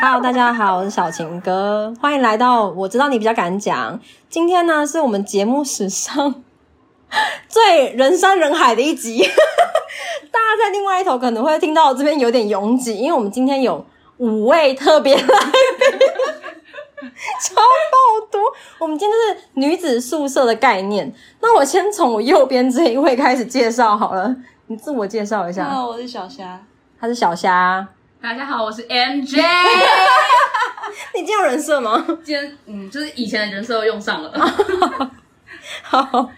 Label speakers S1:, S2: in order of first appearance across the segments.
S1: Hello，大家好，我是小情哥，欢迎来到。我知道你比较敢讲，今天呢是我们节目史上 最人山人海的一集。 大家在另外一头可能会听到这边有点拥挤，因为我们今天有五位特别来宾，超爆多。我们今天是女子宿舍的概念。那我先从我右边这一位开始介绍好了，你自我介绍一下。
S2: 哦 Hello，我是小霞。
S1: 她是小虾，
S3: 大家好，我是 MJ。
S1: 你这样人设吗？
S3: 今天嗯，就是以前的人设又用上了。
S1: 好，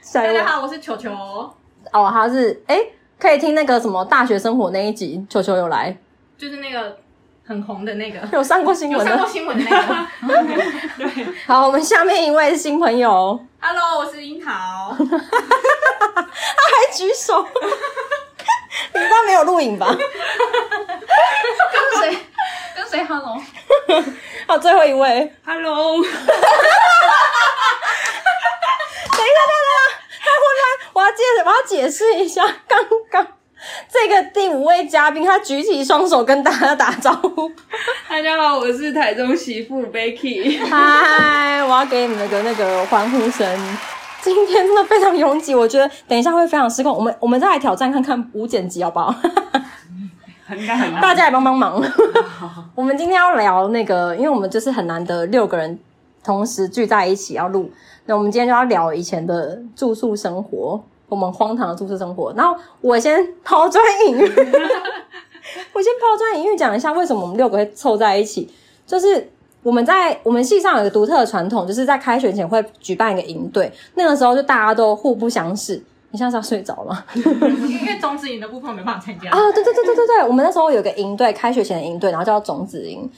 S1: 下
S2: 哎
S3: 大
S1: 一位
S3: 家。好，我是球球，
S1: 哦，他是哎、诶可以听那个什么大学生活那一集，球球有来，
S3: 就是那个很红的那个，
S1: 有上过新
S3: 有
S1: 闻
S3: 上过
S1: 的。
S3: 新闻的那个。
S1: 好，我们下面一位是新朋 友，
S3: Hello，我是樱桃。
S1: 还举手。 你们没有录影吧？
S3: 跟谁？跟谁？Hello。
S1: 好，最后一位，等
S2: Hello，
S1: 一下，等一下，太混乱，我要解释，我要解释一下， 刚刚这个第五位嘉宾，他举起双手跟大家打招呼。
S2: 大家好，我是台中媳妇 Becky。
S1: 嗨，我要给你们那个那个欢呼声。今天真的非常拥挤，我觉得等一下会非常失控。我们我们再来挑战看看无剪辑好不好？
S2: 很大很大，
S1: 大家也帮帮忙。我们今天要聊那个，因为我们就是很难得六个人同时聚在一起要录，那我们今天就要聊以前的住宿生活，我们荒唐的住宿生活。然后我先抛砖引玉，我先抛砖引玉讲一下为什么我们六个会凑在一起，就是。我们在我们系上有一个独特的传统，就是在开学前会举办一个营队，那个时候就大家都互不相识。你现在是要睡着了吗？
S3: 因为种子营的部分我没办法参加。
S1: 啊，对对对对对对，我们那时候有个营队，开学前的营队，然后叫种子营。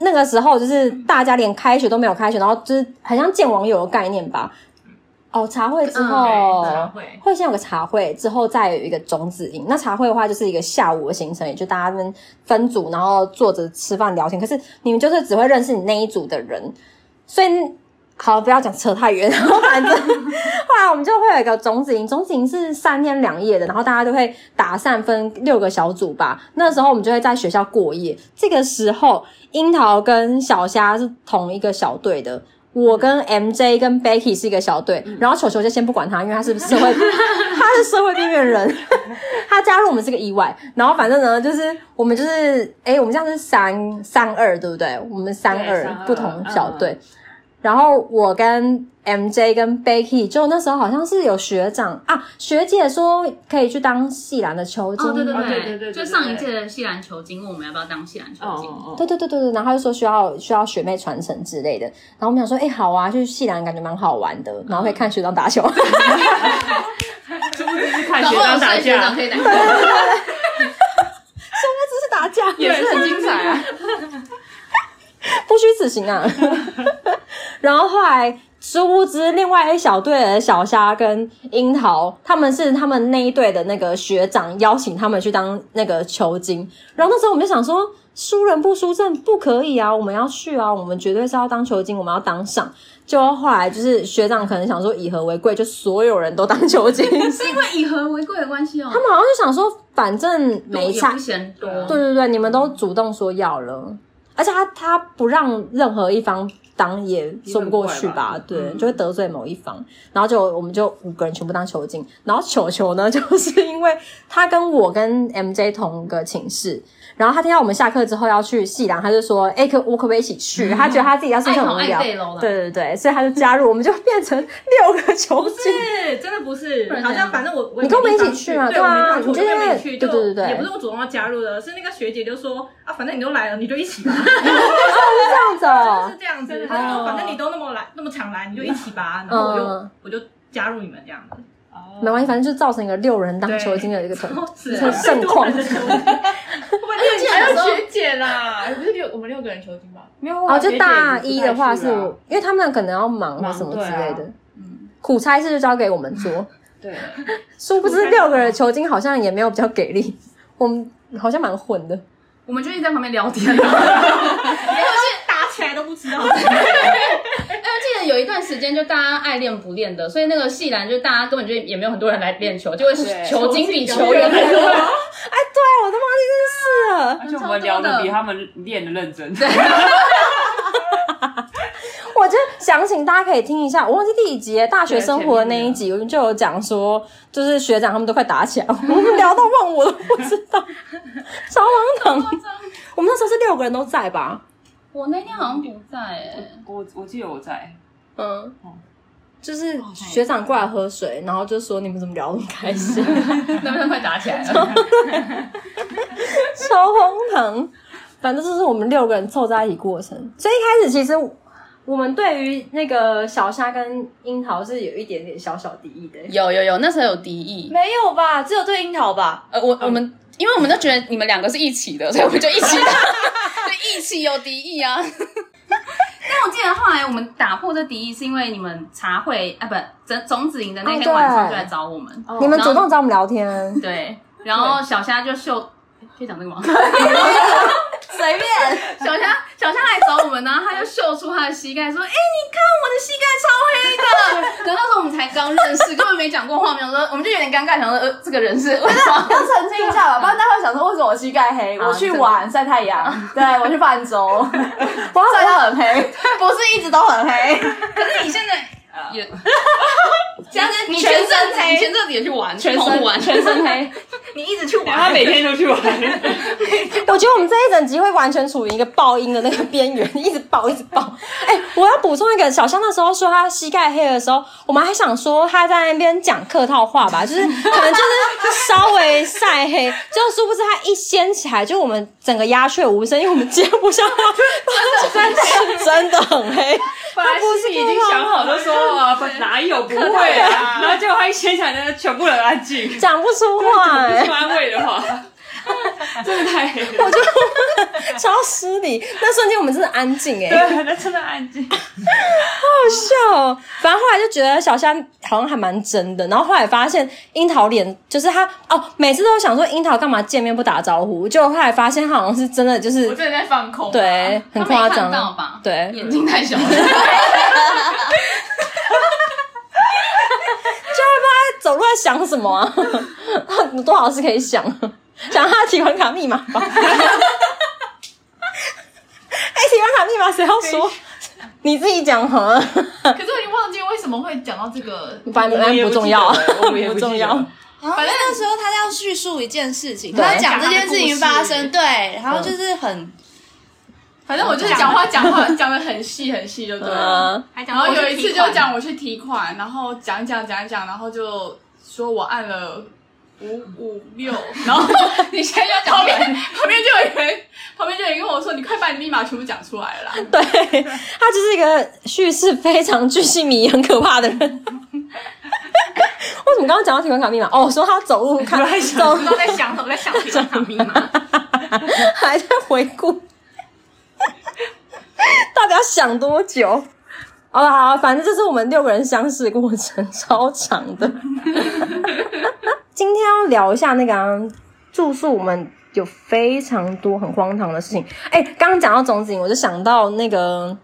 S1: 那个时候就是大家连开学都没有开学，然后就是很像见网友的概念吧。哦，茶会之后，
S3: 嗯对茶会
S1: 会先有个茶会，之后再有一个种子营。那茶会的话，就是一个下午的行程，也就大家们分组，然后坐着吃饭聊天。可是你们就是只会认识你那一组的人，所以好不要讲扯太远。然 后反正后来我们就会有一个种子营，种子营是三天两夜的，然后大家就会打散分六个小组吧。那时候我们就会在学校过夜。这个时候，樱桃跟小虾是同一个小队的。我跟 MJ 跟 Becky 是一个小队，然后球球就先不管他，因为他是社会，他是社会边缘人，他加入我们是个意外。然后反正呢，就是我们就是，哎、我们这样是三三二，对不对？我们三
S2: 对
S1: 二
S2: 三二
S1: 不同小
S2: 嗯
S1: 队，然后我跟 MJ 跟 Becky 就那时候好像是有学长啊学姐说可以去当系篮的球经，
S3: 哦，对对
S2: 哦对对对对
S3: 对，哦就上一届的系篮球经，问我们要不要当系篮球经。
S1: 对对对对对，然后他就说需要需要学妹传承之类的，然后我们想说，哎、好啊，去系篮感觉蛮好玩的，然后可以看学长打 球，
S2: 就是看
S3: 然
S2: 学
S3: 后
S2: 长打
S3: 有学长可，
S2: 架
S3: 以打架，
S1: 是打架
S2: 也是很精彩啊。
S1: 不虚此行啊。然后后来，殊不知另外一小队的小虾跟樱桃，他们是他们那一队的那个学长邀请他们去当那个球精。然后那时候我们就想说，输人不输阵，不可以啊，我们要去啊，我们绝对是要当球精，我们要当上。就后来就是学长可能想说以和为贵，就所有人都当球精。
S3: 是因为以和为贵的关系哦
S1: 他。们好像就想说，反正没
S3: 也
S1: 差
S3: 不，嫌多，
S1: 对对对，你们都主动说要了，而且他他不让任何一方当也说不过去吧，
S2: 也很怪吧
S1: 对，
S2: 嗯
S1: 就会得罪某一方，然后就我们就五个人全部当囚禁，然后球球呢，就是因为他跟我跟 MJ 同个寝室。然后他听到我们下课之后要去细朗，他就说：“哎、可我可不可以一起去？”他觉得他自己在宿
S3: 爱
S1: 舍
S3: 同
S1: 很无
S3: 爱啊
S1: 聊，
S3: 背楼了。
S1: 对对对，所以他就加入，我们就变成六个球精。
S4: 是，真的不是
S3: 不，然
S4: 好像
S3: 怎样
S4: 反正我我
S1: 你跟我们一
S4: 也没
S1: 起
S4: 上
S1: 去啊
S4: 对
S1: 对啊
S4: 我没
S1: 你就
S4: 上去我就
S1: 在
S4: 没去，
S1: 对
S4: 就
S1: 对对对
S4: 也不是我主动要加入的，是那个学姐就说啊，反正你都来了，你就一起吧，
S1: 这样子哦
S4: 是，啊这样子
S2: 真。的
S4: 她
S1: 哦
S4: 说反正你都那么来，那么常来，你就一起 吧。然后我
S1: 嗯
S4: 就我就加入你们这样子，
S1: 没关系，反正就造成一个六人当
S4: 对
S1: 球精的一个
S3: 啊
S1: 成
S4: 是
S1: 成盛况。
S4: 会不会六
S3: 还
S1: 哎
S3: 有学
S2: 姐啦，不是六我们六个人球精吧？没有
S1: 哦，就大一的话是，因为他们可能要忙或什么之类
S2: 忙
S1: 的
S2: 对，
S1: 嗯，苦差事就交给我们 做。
S2: 对，
S1: 殊不知六个人球精好像也没有比较给力，我们好像蛮混的。
S3: 我们就一直在旁边聊 哎天。因为我记
S4: 打起来都不知道。
S3: 得，因为我记得有一段时间就大家爱练不练的，所以那个系篮就大家根本就也没有很多人来练球，就会
S5: 对
S3: 球精比球员还多。
S1: 对，啊我都忘记
S2: 而且我们聊的比他们练的认真。
S1: 这件事了。我觉得详情大家可以听一下，我忘记第几集了大学生活的那一集，我们就有讲说，就是学长他们都快打起来，我们聊到忘我都不知 道，超荒 唐。我们那时候是六个人都在吧？
S3: 我那天好像不在、欸，
S2: 我我记得我在，
S1: 嗯
S2: 哦，
S1: 就是学长过来喝水，然后就说你们怎么聊得那么开心，
S3: 那边快打起来了。
S1: 超荒唐。反正就是我们六个人凑在一起过程，所以一开始其实我们对于那个小虾跟樱桃是有一点点小小敌意的。
S3: 有有有，那时候有敌意。
S4: 没有吧？只有对樱桃吧？
S3: 呃，我我们因为我们都觉得你们两个是一起的，所以我们就一起打， 就一起有敌意啊。 但我记得后来我们打破这敌意，是因为你们茶会啊，不，种种子营的那
S1: 哦
S3: 天
S1: 对
S3: 晚上就来找我
S4: 哦
S3: 们，
S1: 你们
S3: 然后
S1: 主动找我们聊天，
S3: 对，然后小虾就秀，诶可以讲这 个吗？
S4: 随便。
S3: 小虾小虾来找我们，然后他就秀出他的膝盖，说：“哎、你看我的膝盖超黑的。”然 后那时候我们才刚认识，根本没讲过话，没有说，我们就有点尴尬，想说，呃，这个人是，
S4: 要澄清一下
S1: 啊
S4: 吧，不然大家会想说为什么我膝盖黑？
S3: 啊
S4: 我去玩晒太阳，对我去泛 舟，
S1: 我
S4: 晒到很黑，不是一直都很黑。
S3: 你现在也，
S4: 这样子
S3: 你前阵子，你前阵子也去玩，全身玩，
S1: 全身黑。
S6: 你一直去玩，
S2: 他每天都去 玩，
S1: 我觉得我们这一整集会完全处于一个爆音的那个边缘，一直爆，一直爆。哎、我要补充一个，小香那时候说她膝盖黑的时候，我们还想说她在那边讲客套话吧，就是可能就是稍微晒黑，就殊不知她一掀起来，就我们整个鸦雀无声，因为我们接不上话，真的 真的很黑。
S2: 本来是已经想好的说 啊，哪有不会啊？ 然后结果他一掀起来，那全部人安静，
S1: 讲不出话、
S2: 不
S1: 哎
S2: 是安慰的话， 真的太黑了。
S1: 超失礼。那瞬间我们真的安静哎、
S2: 对，那真的安静。
S1: 笑哦、反正后来就觉得小虾好像还蛮真的，然后后来发现樱桃脸就是他哦，每次都想说樱桃干嘛见面不打招呼，就后来发现他好像是真的，就是
S4: 真的在放空。啊
S1: 对，很
S3: 他
S1: 夸
S3: 没看到
S1: 张，
S3: 吧？
S1: 对，
S3: 眼睛太小 了，
S1: 他走路在想什么啊？ 有多少事可以想，啊 想他的提款卡密码吧。哎、提款卡密码谁要说？你自己讲好了，
S4: 可是我已经忘记为什么会讲到这个。
S1: 反正不重要，
S2: 我们也
S1: 不重要。
S7: 然后那个时候他要叙述一件事情，
S1: 对
S7: 他要讲这件事情发
S4: 讲他的
S7: 生，对，然后就是很
S4: 反正我就是讲话讲话讲的很细很细就对了。
S1: 嗯，
S4: 然后有一次就讲我去提款，然后讲一讲讲一讲，然后就说我按了五五六，然后你现在要讲旁边 旁边就有人 旁边就有人跟我说你快把你密码全部讲出来 了啦，
S1: 对，他就是一个叙事非常巨细靡遗、很可怕的人。 为什么刚刚讲到提款卡密码？哦，我说他走路 看走
S6: 不知道在想什么，在想提款卡密 码。
S1: 还在回顾，到底要想多久？好了好了，反正这是我们六个人相识过程， 超长的。 今天要聊一下那个、啊、住宿，我们有非常多很荒唐的事情。哎、刚刚讲到种子营，我就想到那个。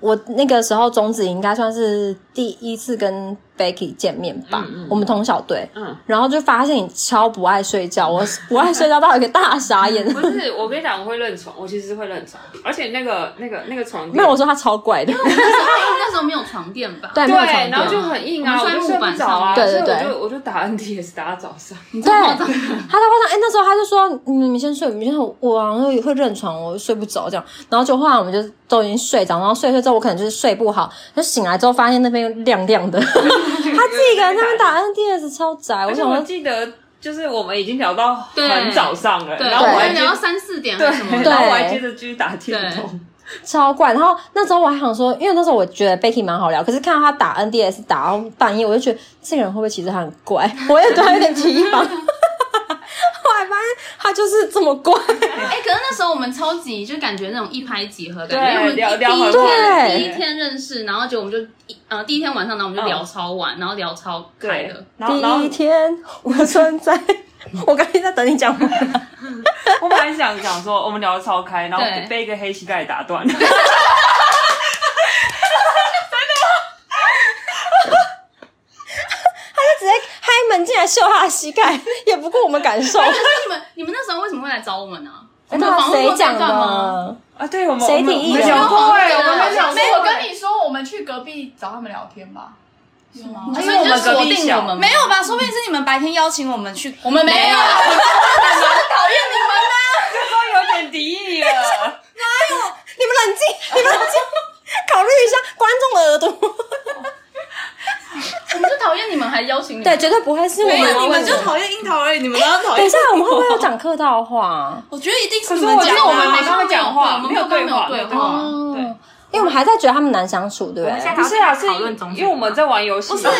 S1: 我那个时候，种子营应该算是第一次跟 Becky 见面吧，我们同小队，
S2: 嗯
S1: 然后就发现你超不爱睡觉，我 不爱睡觉到一个大傻眼，
S2: 不是，我跟你讲，我会认床，我其实会认床，而且那个那个那个床
S1: 没有，我
S2: 说
S1: 说他超怪的，
S3: 那时候没有床垫 吧？
S1: 对，没有床
S2: 对，
S1: 垫
S2: 然后就很硬啊，
S3: 我
S2: 我
S3: 们
S2: 就
S3: 睡
S2: 睡
S3: 木
S2: 不
S3: 板
S2: 着
S3: 上
S2: 啊，
S1: 对对
S2: 所以
S1: 对
S2: 我就我就打 NTS 打到早上，
S1: 对，他在晚上，哎、那时候他就说，嗯，你们先睡，你们先睡，我好像会认床，我睡不着这样。然后就后来我们就都已经睡着，然后睡睡之后，我可能就是睡不好，就醒来之后发现那边又亮亮的，他自己一个人在那边打 NDS 超宅，哎我
S2: 而且
S1: 想
S2: 我
S1: 说，
S2: 记得就是我们已经聊到很
S3: 对
S2: 早上了，
S3: 对，
S2: 然后我
S3: 我
S2: 还
S3: 们
S2: 接
S3: 聊到三四点还是什么
S2: 对，
S1: 对
S3: 的，
S2: 然后我还接着继续打电动，
S1: 超怪。然后那时候我还想说，因为那时候我觉得 Becky 蛮好聊，可是看到他打 NDS 打到半夜，我就觉得这个人会不会其实他很怪，我也对他有点 提防。后来发现他就是这么怪，
S3: 哎、可是那时候我们超级就感觉那种一拍即合的感觉，
S2: 对
S3: 因为我们第
S2: 聊聊
S3: 第一
S2: 很
S1: 晚
S3: 天第一天认识，然后就我们就一呃第一天晚上，然后我们就聊超晚，然后聊超开
S2: 对
S3: 的，，
S2: 然后然后
S1: 第一天我存在，我刚才在等你讲话。
S2: 我本来想讲说我们聊的超开，然后
S3: 对
S2: 被一个黑膝盖打断，
S1: 秀他的膝盖，也不过我们 感受。
S3: 可是你们你们那时候为什么会来找我们啊呢？我们有
S1: 那
S3: 访问
S1: 谁
S3: 过这
S1: 讲
S3: 段吗？
S1: 的？
S8: 啊，对我们
S1: 哎谁
S8: 我们
S1: 提议
S8: 我们
S1: 的
S8: 讲过哎，我
S3: 我
S8: 们
S3: 们
S8: 讲
S9: 没
S8: 过，
S9: 有，我跟你说，我们去隔壁找他们聊天吧。是吗？
S3: 所以
S8: 因为我
S3: 你就
S8: 们隔
S3: 锁
S8: 壁
S3: 定
S8: 小
S3: 我们吗
S10: 没有吧？说不定是你们白天邀请我们去，啊
S3: 我们没有，
S8: 都有点敌 意了。
S1: 你们冷静，你们冷静，考虑一下观众的耳朵。
S3: 我们就讨厌你们，还邀请你们。
S1: 对，绝对不会是我
S10: 没有
S1: 们。
S10: 你们就讨厌樱桃而已，你们都要讨
S1: 等一
S10: 厌
S1: 下。，我们会不会有讲客套话？
S10: 我觉得一定是
S8: 可
S10: 你
S8: 是
S10: 们
S8: 我觉
S10: 讲
S8: 得我
S10: 的啊，
S8: 们没跟他们讲话，
S3: 我们
S8: 没有
S3: 刚刚没有
S8: 话，
S3: 对
S8: 没有话
S3: 话。
S8: 对，
S1: 因为我们还在觉得他们难相处，对不对？
S8: 不是啊，是
S4: 讨论中
S8: 因为我们在玩游戏，
S10: 不是怎么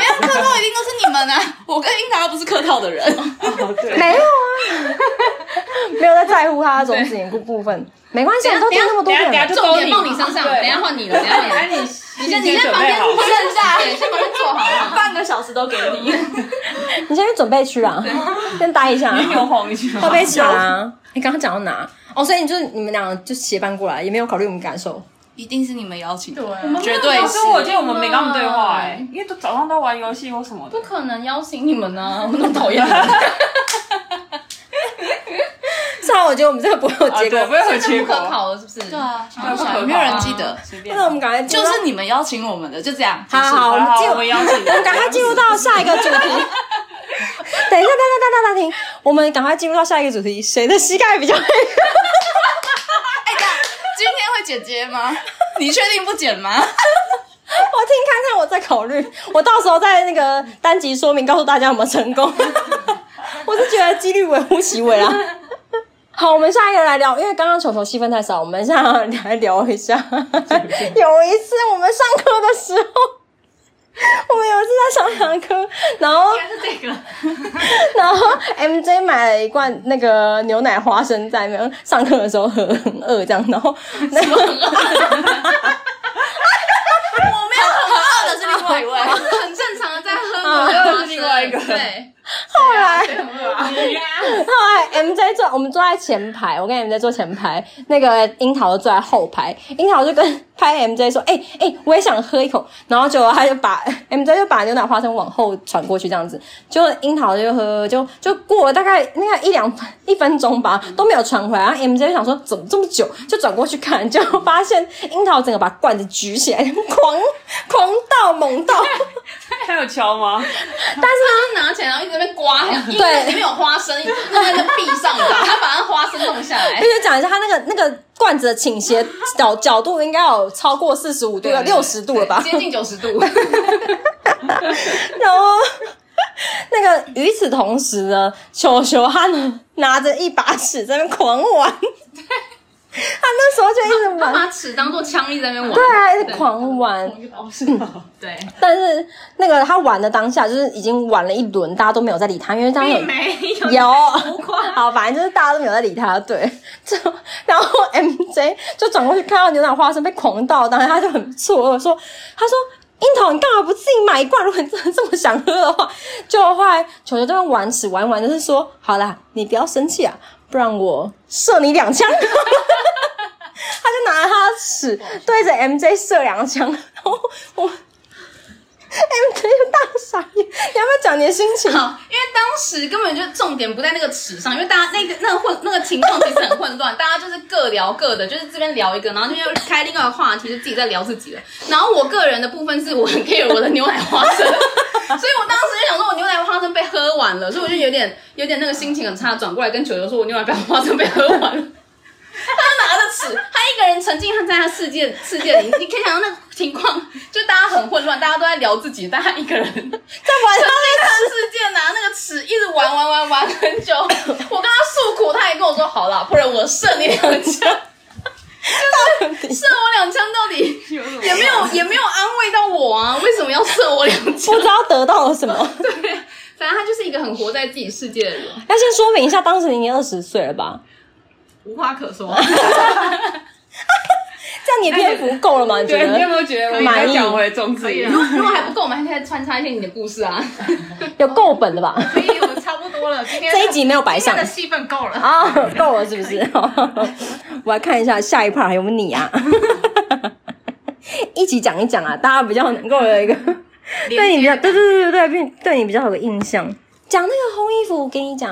S10: 样客套，一定都是你们啊！我跟樱桃又不是客套的人，
S8: 对，
S1: 没有啊，没有在在乎他的种子影部部分，没关系，我们啊都听那么
S8: 等
S1: 多
S8: 一下等一
S1: 遍
S8: 下
S1: 了。
S8: 就都
S3: 重点放你 身上，
S8: 对
S3: 等一下换你了，等一下换你了。
S8: 你
S3: 你
S8: 你
S3: 先你先
S8: 准
S3: 旁
S8: 备
S3: 边
S8: 好，
S3: 剩下，对，先旁边坐好啊了。
S10: 半个小时都给你。
S1: 你先去准备去啊，先待一下啊，
S8: 牛黄一下。
S1: 喝杯酒啊。你刚刚讲到哪？哦，所以你就是你们俩就斜搬过来，也没有考虑我们感受。
S10: 一定是你们邀请的，
S9: 对啊
S10: 绝对
S8: 所以我觉
S10: 是。
S8: 得我们没跟他们对话哎，因为都早上都玩游戏或什么的
S3: 不。可能邀请你们呢，我们那么讨厌你们，
S1: 虽然我觉得我们这个不会 有
S8: 啊
S1: 结
S8: 对，
S1: 果
S8: 不，会有
S3: 这
S8: 结
S3: 不
S8: 果
S3: 可。考了，是不是？
S10: 对啊，
S8: 对不可考啊
S10: 没有人记得，
S8: 随便
S1: 那我们赶快进
S10: 就
S1: 入到
S10: 是你们邀请我们的，就这样。
S1: 好好，我们进
S8: 好，
S1: 入
S8: 我们邀请你，
S1: 我们赶快进 入到下一个主题。等一下，等一下，等一下，等一下，停！我们赶快进入到下一个主题，谁的膝盖比较黑？
S10: 今天会剪接吗？你确定不剪吗？
S1: 我听看看，我再考虑，我到时候在那个单集说明告诉大家有没有成功。我是觉得几率微乎其微啦。啊好，我们下一个来聊，因为刚刚球球戏份太少，我们现在来聊一下。有一次我们上课的时候，我们有一次在上堂课，然后 然后 MJ 买了一罐那个牛奶花生在那边上课的时候喝，很饿这样，然后那个
S10: 饿的是另外一位，
S3: 很正常的在喝我的另外一个，对，
S1: 后来。
S9: 对啊
S1: 后来 MJ 坐，我们坐在前排，我跟 MJ 坐前排，那个樱桃就坐在后排。樱桃就跟拍 MJ 说：“哎、哎、我也想喝一口。”然后结果他就把 MJ 就把牛奶花生往后传过去，这样子。就樱桃就喝，就就过了大概那个一两分一分钟吧，都没有传回来。然后 MJ 就想说怎么这么久，就转过去看，就发现樱桃整个把罐子举起来，狂狂倒猛倒。
S8: 他有敲吗？
S3: 他就拿起来，然后一直在那边刮，因为
S1: 对
S3: 里面有花生，那个就闭上吧，他把那花生弄下来
S1: 必。须讲一下，它那个那个罐子的倾斜角角度应该有超过四十五度，有啊六十度了吧？
S3: 接近九十度，
S1: 然后那个与此同时呢，球球他呢拿着一把尺在那边狂玩，他 那时候就一直
S3: 他
S1: 玩，
S3: 把尺当做枪一直在那边玩。
S1: 对哦啊，一直狂 玩。嗯
S3: 对，
S1: 但是那个他玩的当下，就是已经玩了一轮，大家都没有在理他，因为当时没有有好，反正就是大家都没有在理他。对， 就然后 MJ 就转过去看到牛奶花生被狂倒，当时他就很错愕，说：“他说樱桃，你干嘛不自己买一罐？如果你真的这么想喝的话，就后来球球这边玩尺玩玩，就是说：好啦，你不要生气啊，不然我射你两枪。” 他就拿着他的尺对着 MJ 射两枪，然后我 MJ 就大傻眼。你要不要讲你的心情？
S3: 好，因为当时根本就重点不在那个尺上，因为大家那个那个混那个情况其实很混乱，大家就是各聊各的，就是这边聊一个，然后这边又开另外一个话题，就自己在聊自己的。然后我个人的部分是我很 care 我的牛奶花生，所以我当时就想说，我牛奶花生被喝完了，所以我就有点有点那个心情很差，转过来跟球球说，我牛奶花生被喝完了。他拿着尺，他一个人沉浸在他世界世界里，你可以想到那个情况，就大家很混乱，大家都在聊自己，但他一个人
S1: 在玩
S3: 他那场事件拿那个尺一直玩玩玩玩很久，我跟他诉苦，他也跟我说好啦，不然我射你两枪，
S1: 到底
S3: 射我两枪到底也没有啊也没有安慰到我啊，为什么要射我两枪？
S1: 不知道得到了什么？
S3: 反正他就是一个很活在自己世界的人，
S1: 要先说明一下，当时你已经二十岁了吧？
S4: 无话可说。
S1: 这样你的篇幅够了吗？你觉
S8: 对，你有
S1: 得
S8: 没有觉得我们要讲回宗旨？
S3: 如果还不够，我们还可以再穿插一些你的故事啊。
S1: 有够本 的吧？
S4: 所以我们差不多了，今天
S1: 这一集没有白
S4: 今
S1: 上
S4: 天的戏份够了。
S1: 啊，够了是不是？ 我来看一下下一 part 还有没有你啊？ 一起讲一讲啊，大家比较能够有一个对你比较对对对对对，对你比较有个印象。讲那个红衣服，我跟你讲，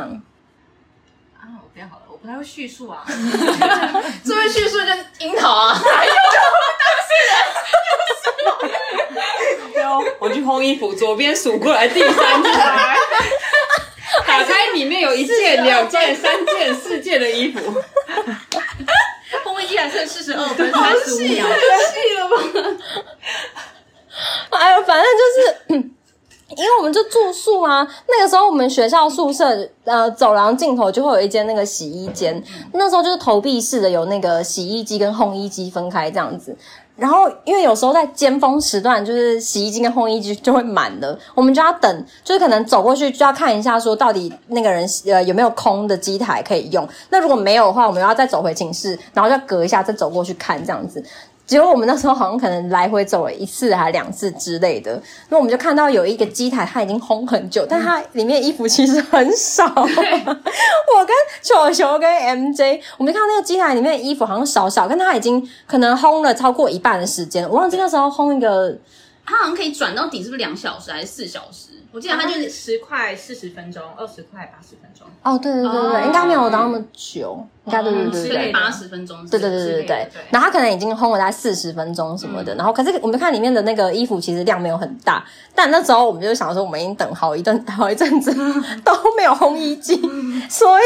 S4: 啊，我不要好了，我不太会叙述 啊。
S3: 这位叙述就是樱桃 啊，
S8: 我去烘衣服，左边数过来第三排，打开里面有一件、两件、三件、四件的衣服。
S4: 后面依然剩四十二分三十五
S3: 哦
S4: 秒，
S1: 哎呦，反正就是。嗯因为我们就住宿啊，那个时候我们学校宿舍呃走廊尽头就会有一间那个洗衣间，那时候就是投币式的，有那个洗衣机跟烘衣机分开这样子。然后因为有时候在尖峰时段，就是洗衣机跟烘衣机就会满了，我们就要等，就是可能走过去就要看一下说到底那个人呃有没有空的机台可以用。那如果没有的话，我们要再走回寝室，然后再隔一下再走过去看这样子。结果我们那时候好像可能来回走了一次还两次之类的，那我们就看到有一个机台，它已经烘很久，但它里面衣服其实很少。我跟球球跟 MJ，我们就看到那个机台里面的衣服好像少少，但它已经可能烘了超过一半的时间。我忘记那时候烘一个，
S3: 它好像可以转到底，是不是两小时还是四小时？我记得它
S4: 它
S3: 就
S4: 就是是十块四十分钟，二十块八十分钟。
S1: 哦，对对对对对，应该没有到那么久，应
S3: 啊
S1: 该对对对对对
S4: 类的
S3: 八十分钟之
S1: 对
S3: 类
S1: 对对对
S3: 的，
S1: 对
S4: 之类
S1: 对
S4: 的对，
S1: 然后他可能已经烘了大概四十分钟什么的，然后可是我们看里面的那个衣服其实量没有很大，但那时候我们就想说我们已经等好一阵好一阵子都没有烘衣机，所以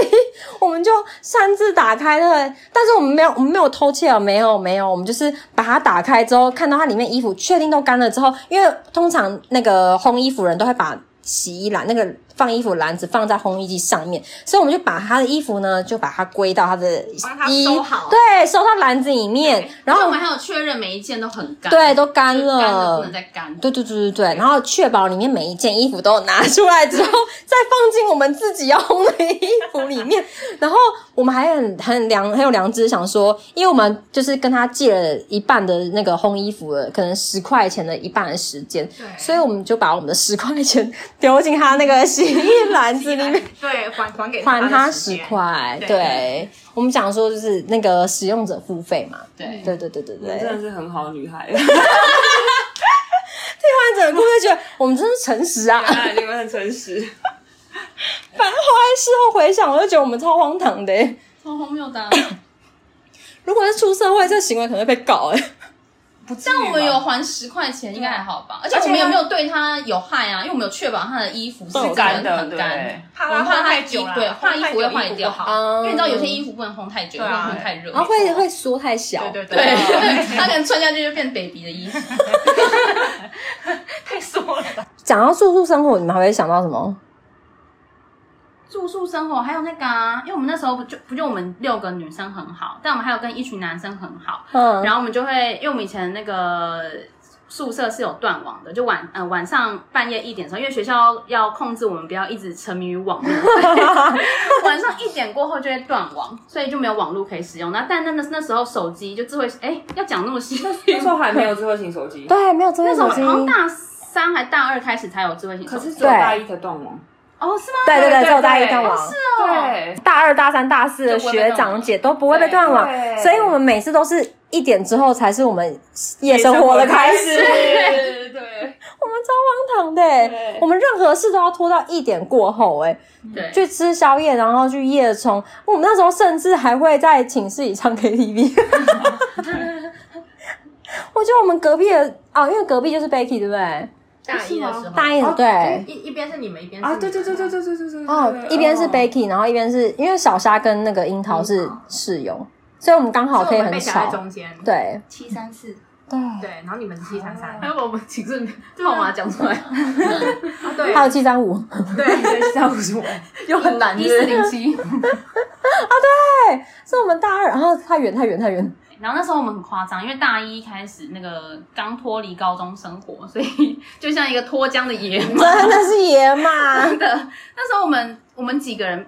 S1: 我们就擅自打开了，但是我们没有我们没有偷窃哦，没有没有，我们就是把它打开之后看到它里面衣服确定都干了之后，因为通常那个烘衣服人都会把。洗衣篮那个放衣服篮子放在烘衣机上面，所以我们就把他的衣服呢，就把它归到他的
S4: 帮他
S1: 衣
S4: 收好
S1: 对，收到篮子里面，然
S3: 然后
S1: 后
S3: 我们还有确认每一件都很干，
S1: 对都干
S3: 就是干的
S1: 了
S3: 不能。再干。
S1: 对对对对对，然后确保里面每一件衣服都有拿出来之后，再放进我们自己要烘的衣服里面。然后我们还很很良很有良知，想说，因为我们就是跟他借了一半的那个烘衣服的，可能十块钱的一半的时间，所以我们就把我们的十块钱丢进他那个洗衣篮子里面。
S4: 对，还还给
S1: 还
S4: 他
S1: 他
S4: 的
S1: 十
S4: 时间。
S1: 块，
S4: 对
S1: 对我们讲说就是那个使用者付费嘛，对对对对对对。
S8: 真
S2: 嗯
S8: 的是很好的女孩，
S1: 看整个故事觉得我们真是诚实啊。
S8: 哎你们很诚实。
S1: 反正后来事后回想，我就觉得我们超荒唐的、欸。
S3: 超荒谬 的啊。
S1: 如果是出社会，这行为可能会被告哎、
S3: 但我们有还十块钱，应该还好吧？而且我们也没有对他有害啊，因为我们有确保他的衣服
S8: 是
S3: 是
S8: 干的
S3: 很干
S8: 对，
S4: 怕
S3: 我
S4: 它
S3: 们怕
S4: 烘
S3: 他
S4: 太
S3: 衣
S4: 久了，
S3: 对，怕衣
S4: 衣
S3: 服会坏掉，
S4: 好。
S1: 嗯
S3: 因为你知道有些衣服不能烘太久，
S4: 对
S3: 不
S4: 啊
S3: 能烘太热，
S1: 然后会会缩太小，
S4: 对对
S3: 对， 他可能穿下去就变 baby 的衣服。
S4: 太缩了吧。
S1: 讲到住宿生活，你们还会想到什么？
S3: 住宿生活，还有那个、啊，因为我们那时候不就不就我们六个女生很好，但我们还有跟一群男生很好，
S1: 嗯，
S3: 然后我们就会，因为我们以前那个宿舍是有断网的，就晚呃晚上半夜一点的时候，因为学校要控制我们不要一直沉迷于网络，晚上一点过后就会断网，所以就没有网络可以使用。那但那那那时候手机就智慧，哎，要讲那么细，
S8: 那时候还没有智慧型手机，
S1: 对，没有这
S3: 那哦
S1: 个
S3: 时候
S1: 手
S3: 好
S1: 机，
S3: 像大三还大二开始才有智慧型手
S8: 可
S3: 机，
S8: 是只有大一才断网。
S3: 哦是吗？
S1: 对
S8: 对
S1: 对对，
S8: 对
S1: 只有大一
S8: 对
S1: 断网。
S2: 啊
S8: 对，
S1: 大二、大三、大四的
S3: 就不会被
S1: 学
S3: 断
S1: 长姐都不会被断网，
S8: 对
S1: 所以我们每次都是一点之后才是我们夜 生活的开始。
S8: 对对
S1: 我们超荒唐的欸、
S8: 对
S1: 我们任何事都要拖到一点过后、欸，
S3: 对，
S1: 去吃宵夜，然后去夜冲。我们那时候甚至还会在寝室里唱 KTV。我觉得我们隔壁的啊、因为隔壁就是 Becky，对不对？
S4: 大一的时候，
S1: 大一的对。
S4: 一一边是你们，一边是
S8: 啊，
S4: 你
S8: 对
S4: 们
S8: 对对对对对对对。
S1: 哦，一边是 Becky，然后一边是因为小沙跟那个樱桃是室友，所以我们刚好可
S4: 所
S1: 以
S4: 我们
S1: 很
S4: 被夹
S1: 少
S4: 在。中间。
S1: 对
S10: 七三四，
S1: 对，
S4: 对，然后你们是七三三，
S3: 还有我们寝室这号码讲出来，
S4: 对
S1: 还有七三五。
S8: 对，下午是 我。
S3: 又很难一四零七。
S1: 是我们大二，然后太远太远太 远。
S3: 然后那时候我们很夸张，因为大一开始那个刚脱离高中生活，所以 就像一个脱缰的野马。
S1: 真的是爷嘛！
S3: 真的，那时候我们我们几个人，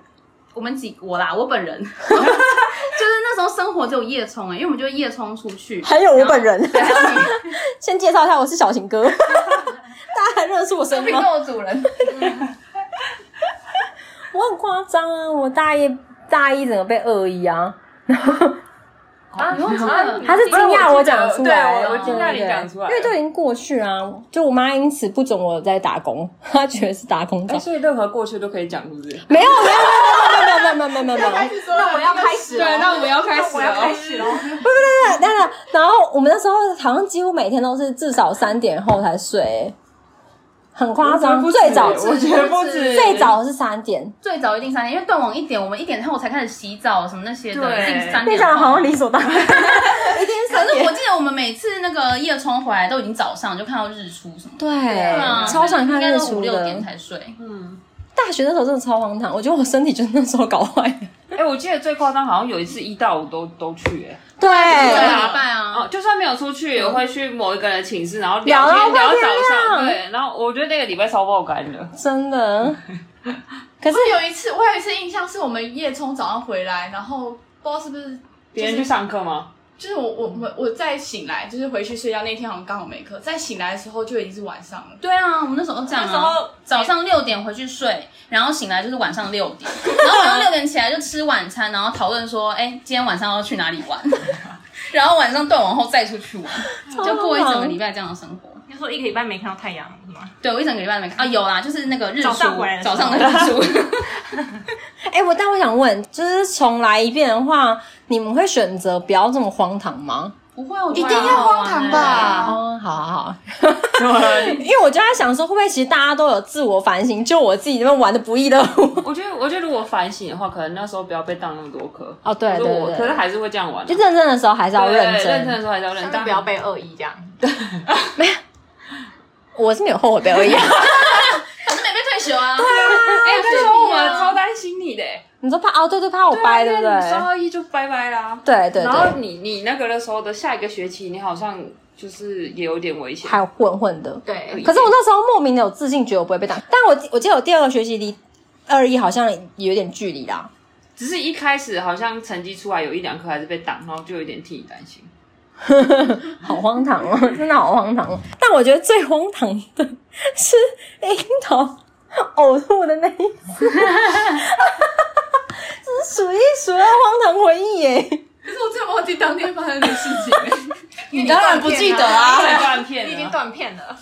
S3: 我们几我啦，我本人， 就是那时候生活只有夜冲哎、欸，因为我们就夜冲出去。
S1: 还有我本人， 先介绍一下，我是小情哥。 大家还认识我 声音吗？
S3: 豆主人，
S1: 我很夸张啊！我大一大一整个被恶意啊，
S2: 啊，
S3: 用这个
S1: 他是惊讶我讲出来
S2: 对，我我惊讶你讲出来了，
S1: 因为就已经过去啊，就我妈因此不准我在打工，她觉得是打工
S8: 哎，
S1: 仔。
S8: 所以任何过去都可以讲，是不是？
S1: 没有没有没有没有没有没有没有没有没有，
S9: 那我要开始
S8: 对，那我们要开始了。
S9: 始喽。
S1: 对对对，然后我们那时候好像几乎每天都是至少三点后才睡，很夸张。
S8: 我觉
S1: 最
S8: 得
S1: 早
S8: 不止我觉得不止，
S1: 最早是三点，
S3: 最早一定三点，因为断网一点，我们一点后才开始洗澡什么那些的，
S2: 对
S3: 一定三
S1: 你
S3: 点。
S1: 讲得好像理所当然。
S3: 可是我记得我们每次那个夜冲回来都已经早上就看到日出什么的。
S1: 对，
S3: 啊
S1: 超想看日出
S3: 应该都五六点
S1: 的。
S3: 才睡，
S1: 大学那时候真的超荒唐，我觉得我身体就是那时候搞坏的。
S2: 哎，我记得最夸张好像有一次一到五都都去，哎，
S1: 对，
S3: 一个
S2: 啊
S3: 礼拜啊，
S2: 哦，就算没有出去，也会去某一个人的寝室，然后
S1: 聊
S2: 聊
S1: 到
S2: 天
S1: 快
S2: 聊到
S1: 天
S2: 早
S1: 亮
S2: 上，对。然后我觉得那个礼拜超爆肝的，
S1: 真的。啊可是
S9: 我有一次，我有一次印象是我们夜冲早上回来，然后不知道是不是
S8: 别人去上课 吗？
S9: 就是我我我我再醒来，就是回去睡觉那天好像刚好没课，再醒来的时候就已经是晚上了。
S3: 对啊，我们那时候这样啊，早上六点回去睡，然后醒来就是晚上六 点，然后晚上六点起来就吃晚餐，然后讨论说，哎，今天晚上要去哪里玩， 然后晚上断网后再出去玩，就过一整个礼拜这样的生活。
S4: 你说一个礼拜没看到太阳是吗？
S3: 对，我一整个礼拜没看啊，有啦，就是那个日出，
S4: 早上回来的时
S3: 早
S4: 候
S3: 上的日 出，
S1: 哎、我但我想问，就是重来一遍的话，你们会选择不要这么荒唐吗？
S3: 不会，啊我
S10: 一定要荒唐
S3: 啊
S10: 吧？
S1: 哦，好好好，
S2: 啊
S1: 因为我就在想说，会不会其实大家都有自我反省，就我自己那边玩的不亦乐乎。
S2: 我觉得，我觉得如果反省的话，可能那时候不要被当那么多科。
S1: 哦，对
S2: 可是我
S1: 对
S2: 可是
S1: 对，
S2: 还是会这样玩啊、
S1: 就认真的时候还是要
S2: 对
S1: 认
S2: 对认
S1: 真。
S2: 真的时候还是要认真，
S4: 但不要被恶意这样。
S1: 我是没有后悔被而已。
S3: 可是没被退休啊。
S2: 哎、那时候我们超担心你的、欸，
S1: 你说怕哦，对对，怕我掰，对不
S2: 因为你
S1: 对
S2: 双？二一就拜拜啦。
S1: 对对
S2: 然后
S1: 对，
S2: 你你那个的时候的下一个学期，你好像就是也有点危险。哎
S1: 还有混混的。
S2: 哦
S4: 对，
S1: 可是我那时候莫名的有自信，觉得我不会被打。但我我记得我第二个学期离二一好像有点距离啦。
S2: 只是一开始好像成绩出来有一两科还是被挡，然后就有点替你担 心。
S1: 好荒唐哦，真的好荒唐哦！但我觉得最荒唐的是樱桃呕吐的那一次， 这是数一数二荒唐回忆耶！
S9: 可是我真的忘记当天发生的事情、
S10: 你当然不记得啊，
S2: 太断片
S4: 你已经
S2: 了。
S4: 断片了。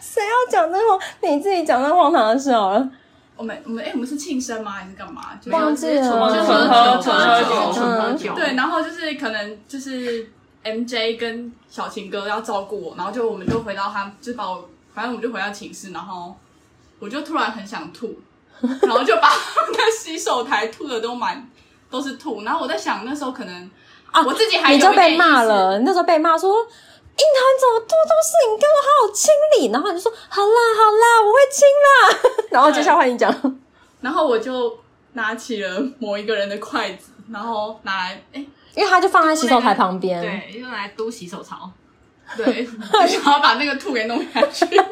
S1: 谁要讲这荒？你自己讲这荒唐的事好了。
S9: 我们我们哎、我们是庆生吗？还是干嘛？就
S1: 忘记了
S2: 纯
S9: 就是
S2: 喝
S9: 纯
S2: 纯
S9: 喝
S2: 喝
S9: 酒
S2: 酒，
S4: 纯喝酒。
S9: 对，，然后就是可能就是 MJ 跟小晴哥要照顾我，然后就我们就回到他，就把我，反正我们就回到寝室，然后我就突然很想吐，然后就把我们的洗手台吐的都满都是吐，然后我在想那时候可能
S1: 啊
S9: 我自己还
S1: 你就
S9: 有一点
S1: 被骂
S9: 意识，
S1: 了，你那时候被骂说。樱桃，你怎么吐都是你跟我好好清理，然后你就说好啦好啦，我会清啦。 然后接下来换你讲，
S9: 然后我就拿起了某一个人的筷子，然后拿来，哎，
S1: 因为他就放在洗手台旁边。
S4: 对，用来嘟洗手槽。
S9: 对，就想要把那个吐给弄下去，然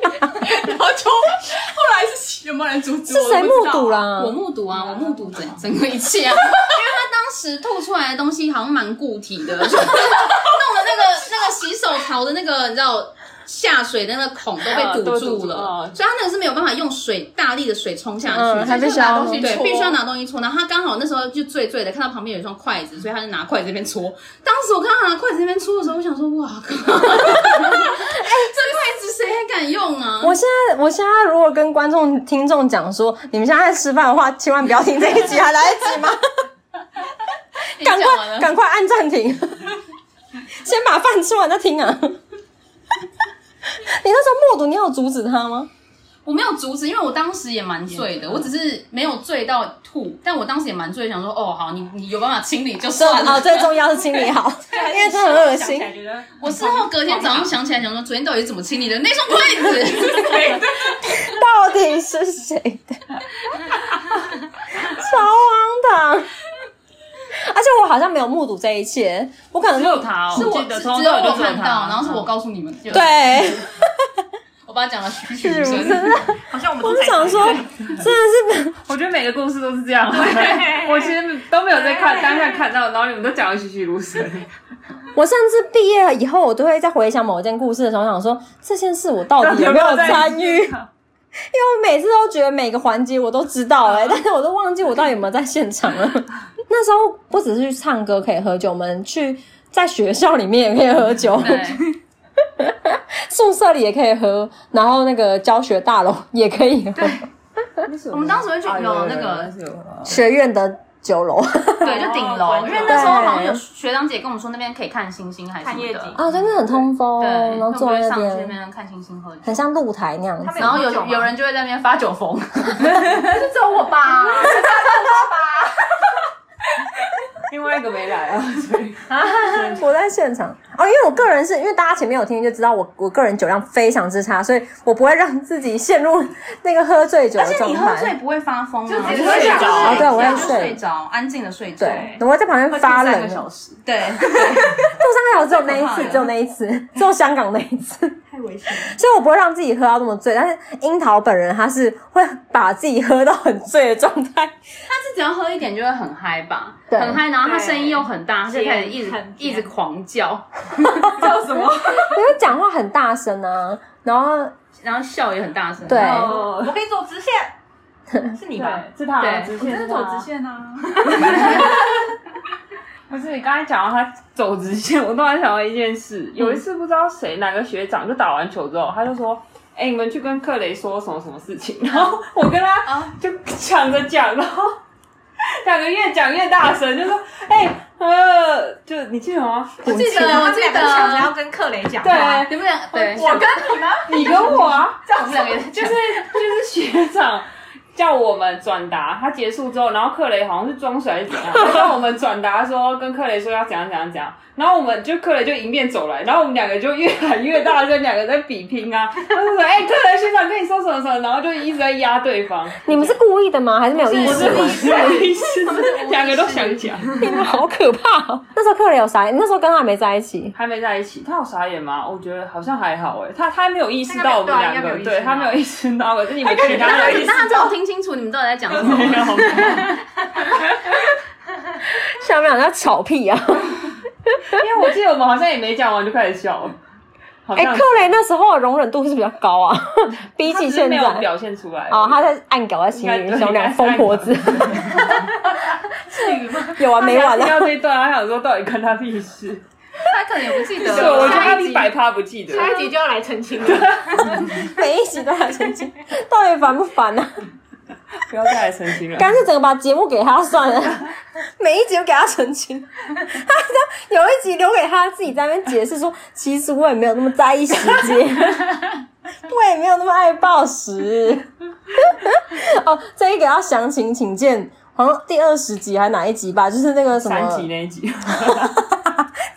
S9: 后就后来是 有没有人阻止我？
S1: 是谁
S9: 我不知
S1: 目
S9: 道
S1: 睹
S9: 啊？
S1: 啦？
S3: 我目睹啊，我目睹整整个一切啊，因为他当时吐出来的东西好像蛮固体的，就是弄 得那个那个洗手槽的那个你知道下水的那个孔都被堵住了，
S2: 啊对
S3: 所以他那个是没有办法用水大力的水冲下去，
S1: 嗯，他
S3: 所以
S1: 必须
S9: 把
S1: 要
S9: 东西
S3: 对，
S9: 戳
S3: 必须要拿东西戳。然后他刚好那时候就醉醉的，看到旁边有一双筷子，所以他就拿筷子那边戳。当时我看他拿筷子那边戳的时候，我想说，哇靠！哎、这筷子谁还敢用啊？
S1: 我现在，我现在如果跟观众、听众讲说，你们现在在吃饭的话，千万不要听这一集，还来得及吗？
S3: 你
S1: 赶
S3: 讲完
S1: 快，
S3: 了
S1: 赶快按暂停， 先把饭吃完再听啊！ 你那时候默读，你有阻止他吗？
S3: 我没有阻止，因为我当时也蛮
S1: 嗯
S3: 醉的，我只是没有醉到吐，但我当时也蛮醉，想说哦好，你你有办法清理就算
S1: 啊，
S3: 了。
S1: 最重要是清理好，因为真的很恶
S4: 想起
S1: 心。
S4: 来觉得
S3: 我事后隔天早上想起来，想说昨天到底是怎么清理的那 双筷子，
S1: 到底是谁的？ 超荒唐！而且我好像没有目睹这一切，我可能
S2: 只有他哦，
S3: 是我
S2: 记得
S3: 只
S2: 从
S3: 只
S2: 头
S3: 有
S2: 到尾
S3: 我
S2: 都只有
S3: 看
S2: 他
S3: 到，然后是我告诉你们，对，
S1: 对，
S3: 我把它讲了栩栩
S1: 是
S3: 如
S1: 不
S3: 生。
S1: 是？
S4: 好像我们
S1: 我
S4: 都
S1: 是
S4: 在
S1: 想说，真的是
S2: 我觉得每个故事都是这 样，我其实都没有在看当下看到，然后你们都讲的栩栩如 生。
S1: 我甚至毕业了以后，我都会在回想某一件故事的时候，想说这件事我到
S2: 到
S1: 底
S2: 底
S1: 有
S2: 有
S1: 没
S2: 没
S1: 有
S2: 有在
S1: 参 与？因为我每次都觉得每个环节我都知道哎、但是我都忘记我到底有没有在现场了。那时候不只是去唱歌可以喝酒，我们去在学校里面也可以喝酒，
S3: 对，
S1: 宿舍里也可以喝，然后那个教学大楼也可以喝，
S3: 我们当时会去
S1: 哎
S2: 啊
S3: 有那个，
S1: 学院的酒楼
S3: 哎对，就顶楼，因为那
S1: 对
S3: 时候好像有学长姐跟我们说那边可以看星星还是什
S4: 看
S3: 么
S4: 夜
S3: 的
S4: 景，
S1: 啊，真的很通风，
S3: 对，
S1: 然后
S3: 他们就
S1: 坐
S3: 会
S1: 在那
S3: 上去那
S1: 边，
S3: 边看星星喝酒
S1: 很。像露台那样
S4: 他
S1: 子。
S4: 们
S3: 然后有
S4: 喝酒吗
S3: 有人就会在那边发酒疯，是只有我吧？
S2: 另外一个没来啊，所以
S1: 我在现场哦，因为我个人是因为大家前面有听就知道我我个人酒量非常之差，所以我不会让自己陷入那个喝醉酒
S3: 而
S1: 的
S3: 且
S1: 状
S3: 你喝醉
S1: 态。
S3: 不会发疯啊，
S4: 就直接
S3: 会
S4: 睡着
S1: 哦对我会
S3: 就
S1: 睡
S3: 睡着，安静的睡着。
S1: 对，我会在旁边发
S4: 三
S1: 冷
S4: 个。小时，
S3: 对，
S1: 路上还有只有那一
S3: 太可怕
S1: 次，
S3: 了
S1: 只有那一次，只有香港那一次，
S4: 太危险了。
S1: 所以我不会让自己喝到那么醉。但是樱桃本人他是会把自己喝到很醉的状态，
S3: 是只要喝一点就会很嗨吧，
S1: 对
S3: 很嗨，然后他声音又很大，他就开始一直
S4: 很
S3: 一直狂叫，
S4: 叫什么？
S1: 因为讲话很大声啊，然后
S3: 然后笑也很大声。
S1: 对
S4: 哦我可以走直线，是你吧？
S2: 是他
S3: 对
S2: 直
S4: 我真
S2: 线
S4: 的走直。线啊！
S2: 不是你刚才讲到他走直线，我突然想到一件事，
S4: 嗯
S2: 有一次不知道谁哪个学长就打完球之后，他就说。哎、你们去跟克雷说什么什么事情？然后我跟
S4: 哦
S2: 他就抢着讲，然后两个越讲越大声，就说：“哎、呃，就你记得吗？
S3: 我记
S4: 对，
S3: 得，我
S4: 我
S3: 记
S4: 这两个抢着
S3: 得，
S4: 要跟克雷讲
S2: 对，
S4: 话，
S3: 你们俩对，
S2: 我跟你吗？ 你跟我啊，
S3: 我们两个
S2: 就是就是学长叫我们转达，他结束之后，然后克雷好像是装水还是怎 样，他叫我们转达说跟克雷说要怎样怎样怎样，然后我们就克雷就迎面走来，然后我们两个就越喊越大声，两个在比拼啊，他就说哎、克雷学长跟你说什么什么，然后就一直在压对方，
S1: 你们是故意的吗？还是没有意
S2: 我
S1: 识
S2: 是？我是我意思，两个都想讲，
S1: 你们好可怕、哦！那时候克雷有啥？那时候跟他还没在一起，
S2: 还没在一起，他有傻眼吗？我觉得好像还好哎、他他还没有意识到我们
S4: 他应该
S2: 两
S4: 没有
S2: 个，
S4: 对
S2: 对啊他没有意识到，可是你们啊其他
S3: 那
S2: 人
S3: 那他最后听清楚你们到底在讲 什么
S2: 没
S3: 吗？
S2: 有。
S1: 像我们俩在吵屁啊！
S2: 因为我记得我们好像也没讲完就开始笑了，好
S1: 哎、
S2: 像
S1: 克雷那时候的容忍度是比较高 啊，比
S2: 他只
S1: 起
S2: 是
S1: 现
S2: 没
S1: 在
S2: 有表现出来
S1: 哦，他在暗搞在情
S2: 应
S1: 侣
S2: 该对
S1: 小
S2: 应该
S1: 两
S2: 是
S1: 疯婆子， 有完没完啊
S2: 听
S1: 了？
S2: 到这一段，他想说到底关他屁事？
S3: 他可能也不记得
S2: 对，我
S3: 了。
S2: 觉得
S3: 下
S2: 他
S3: 一
S2: 一
S3: 集
S2: 百趴不记得。
S4: 下一集就要来澄清了。
S1: 每一集都来澄清，到底烦不烦呢、啊？
S2: 不要再来澄清了。
S1: 干脆整个把节目给他算了， 每一集都给他澄清。他都有一集留给他自己在那边解释说，其实我也没有那么在意时间， 我也没有那么爱暴食。 哦，这一个要详情请见，好像第二十集还哪一集吧，就是那个什么
S2: 三集那一集，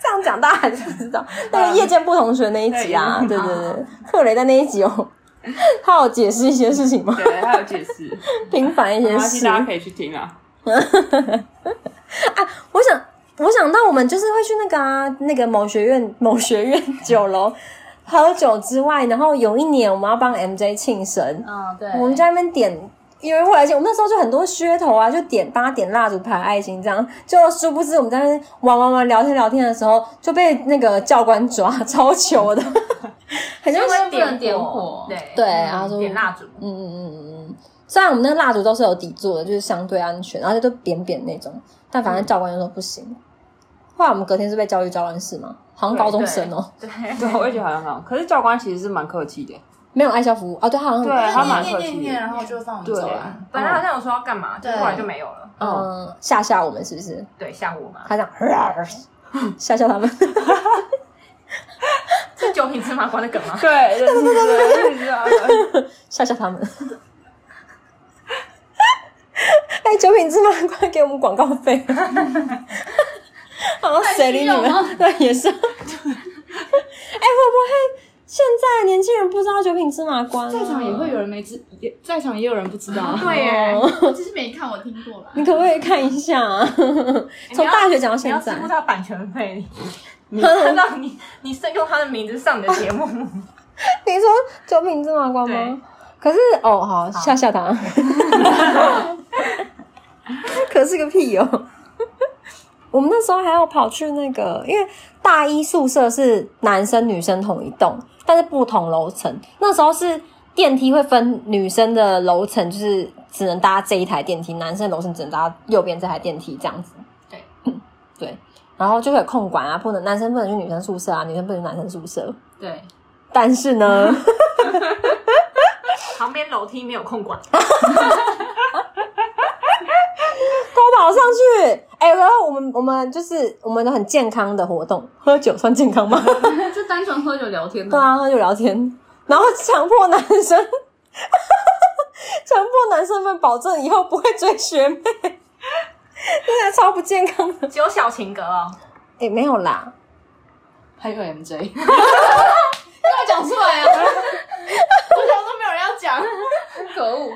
S1: 这样讲大家还是知 道那个夜间部同学那一集啊，对
S2: 对
S1: 对 对，克雷在那一集哦，他有解释一些事情吗？
S2: 对，他有解释，
S1: 平反一
S2: 没
S1: 些
S2: 关系，
S1: 事。
S2: 大家
S1: 啊，
S2: 可以去听啊。
S1: 我想，我想到我们就是会去那个啊，那个某学院 某学院酒楼喝酒之外，然后有一年我们要帮 MJ 庆生，
S3: 嗯，对，
S1: 我们在那边点。因为后来就我们那时候就很多噱头啊，就点帮他点蜡烛、排爱心这样，就殊不知我们在那边玩玩玩、聊天聊天的时候，就被那个教官抓， 超糗的，很像
S3: 因为不能点
S4: 点
S3: 火
S4: 火，
S3: 对
S1: 对，然后说
S4: 点蜡烛，
S1: 嗯嗯嗯嗯嗯，虽然我们那个蜡烛都是有底座的，就是相对安全，而且都扁扁那种，但反正教官就说不行。后来我们隔天是被教育教官室嘛，好像高中生哦、
S2: 对，我也觉得好像好，可是教官其实是蛮客气的，
S1: 没有爱校服务哦，对，他好像
S2: 对他蛮客
S10: 念念
S2: 气
S10: 念，
S2: 的。
S10: 然后就放我们
S2: 对
S10: 走了。，
S4: 本来好像有说要干嘛，就后来就没有了。
S2: 嗯，
S1: 嗯吓吓我们是不是？
S4: 对，下午嘛，
S1: 他这样 吓吓他们，
S4: 是九品芝麻官的梗 吗？
S2: 对对对对对，
S1: 吓吓他们。 哎、九品芝麻官给我们广告费，好像谁理你
S3: 太需要
S1: 们？ 对，也是。哎、会不会现在年轻人不知道九品芝麻官、啊？
S9: 在场也会有人没知，也在场也有人不知道。
S4: 对耶，
S9: 我其实没看，我听过了。
S1: 你可不可以看一下、啊？ 从大学讲到
S4: 你
S1: 现
S4: 要
S1: 在
S4: 支，付他版权费，你看到你你是用他的名字上你的节目，
S1: 你说九品芝麻官吗
S4: 对？
S1: 可是哦，好吓吓 他，可是个屁哦！我们那时候还要跑去那个，因为大一宿舍是男生女生同一栋，但是不同楼层。那时候是电梯会分女生的楼层，就是只能搭这一台电梯，男生的楼层只能搭右边这台电梯这样子。 对，然后就会有控管啊，不能男生不能去女生宿舍啊，女生不能去男生宿舍。
S3: 对，
S1: 但是呢，
S4: 旁边楼梯没有空管，
S1: 偷跑上去，哎、然后我们我们就是我们都很健康的活动，喝酒算健康吗？
S3: 就单纯喝酒聊天
S1: 对啊，喝酒聊天，然后强迫男生， 强迫男生们保证以后不会追学妹， 真的超不健康的。
S4: 只有小情歌哦。
S1: 哎、没有啦，
S10: 还有 MJ，
S3: 要讲出来 啊！可恶，因为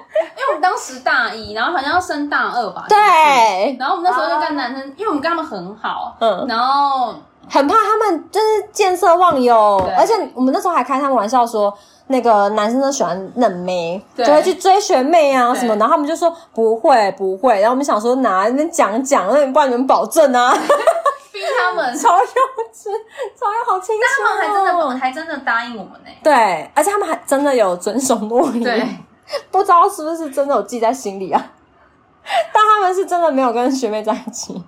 S3: 我们当时大一，然后好像要升大二吧，
S1: 对，
S3: 然后我们那时候就跟男生，因为我们跟他们很好，
S1: 嗯
S3: 然后
S1: 很怕他们就是见色忘友，
S3: 对
S1: 而且我们那时候还开他们玩笑说，那个男生都喜欢嫩妹，就
S3: 对
S1: 会去追学妹啊
S3: 对
S1: 什么，然后他们就说不会不会，然后我们想说哪那边讲讲，那不然你们保证啊，
S3: 逼他们，
S1: 超幼稚，超幼好清楚、啊
S3: 但他们还真的，我还真的答应我们呢、
S1: 对，而且他们还真的有遵守诺言，不知道是不是真的有记在心里啊，但他们是真的没有跟学妹在一起，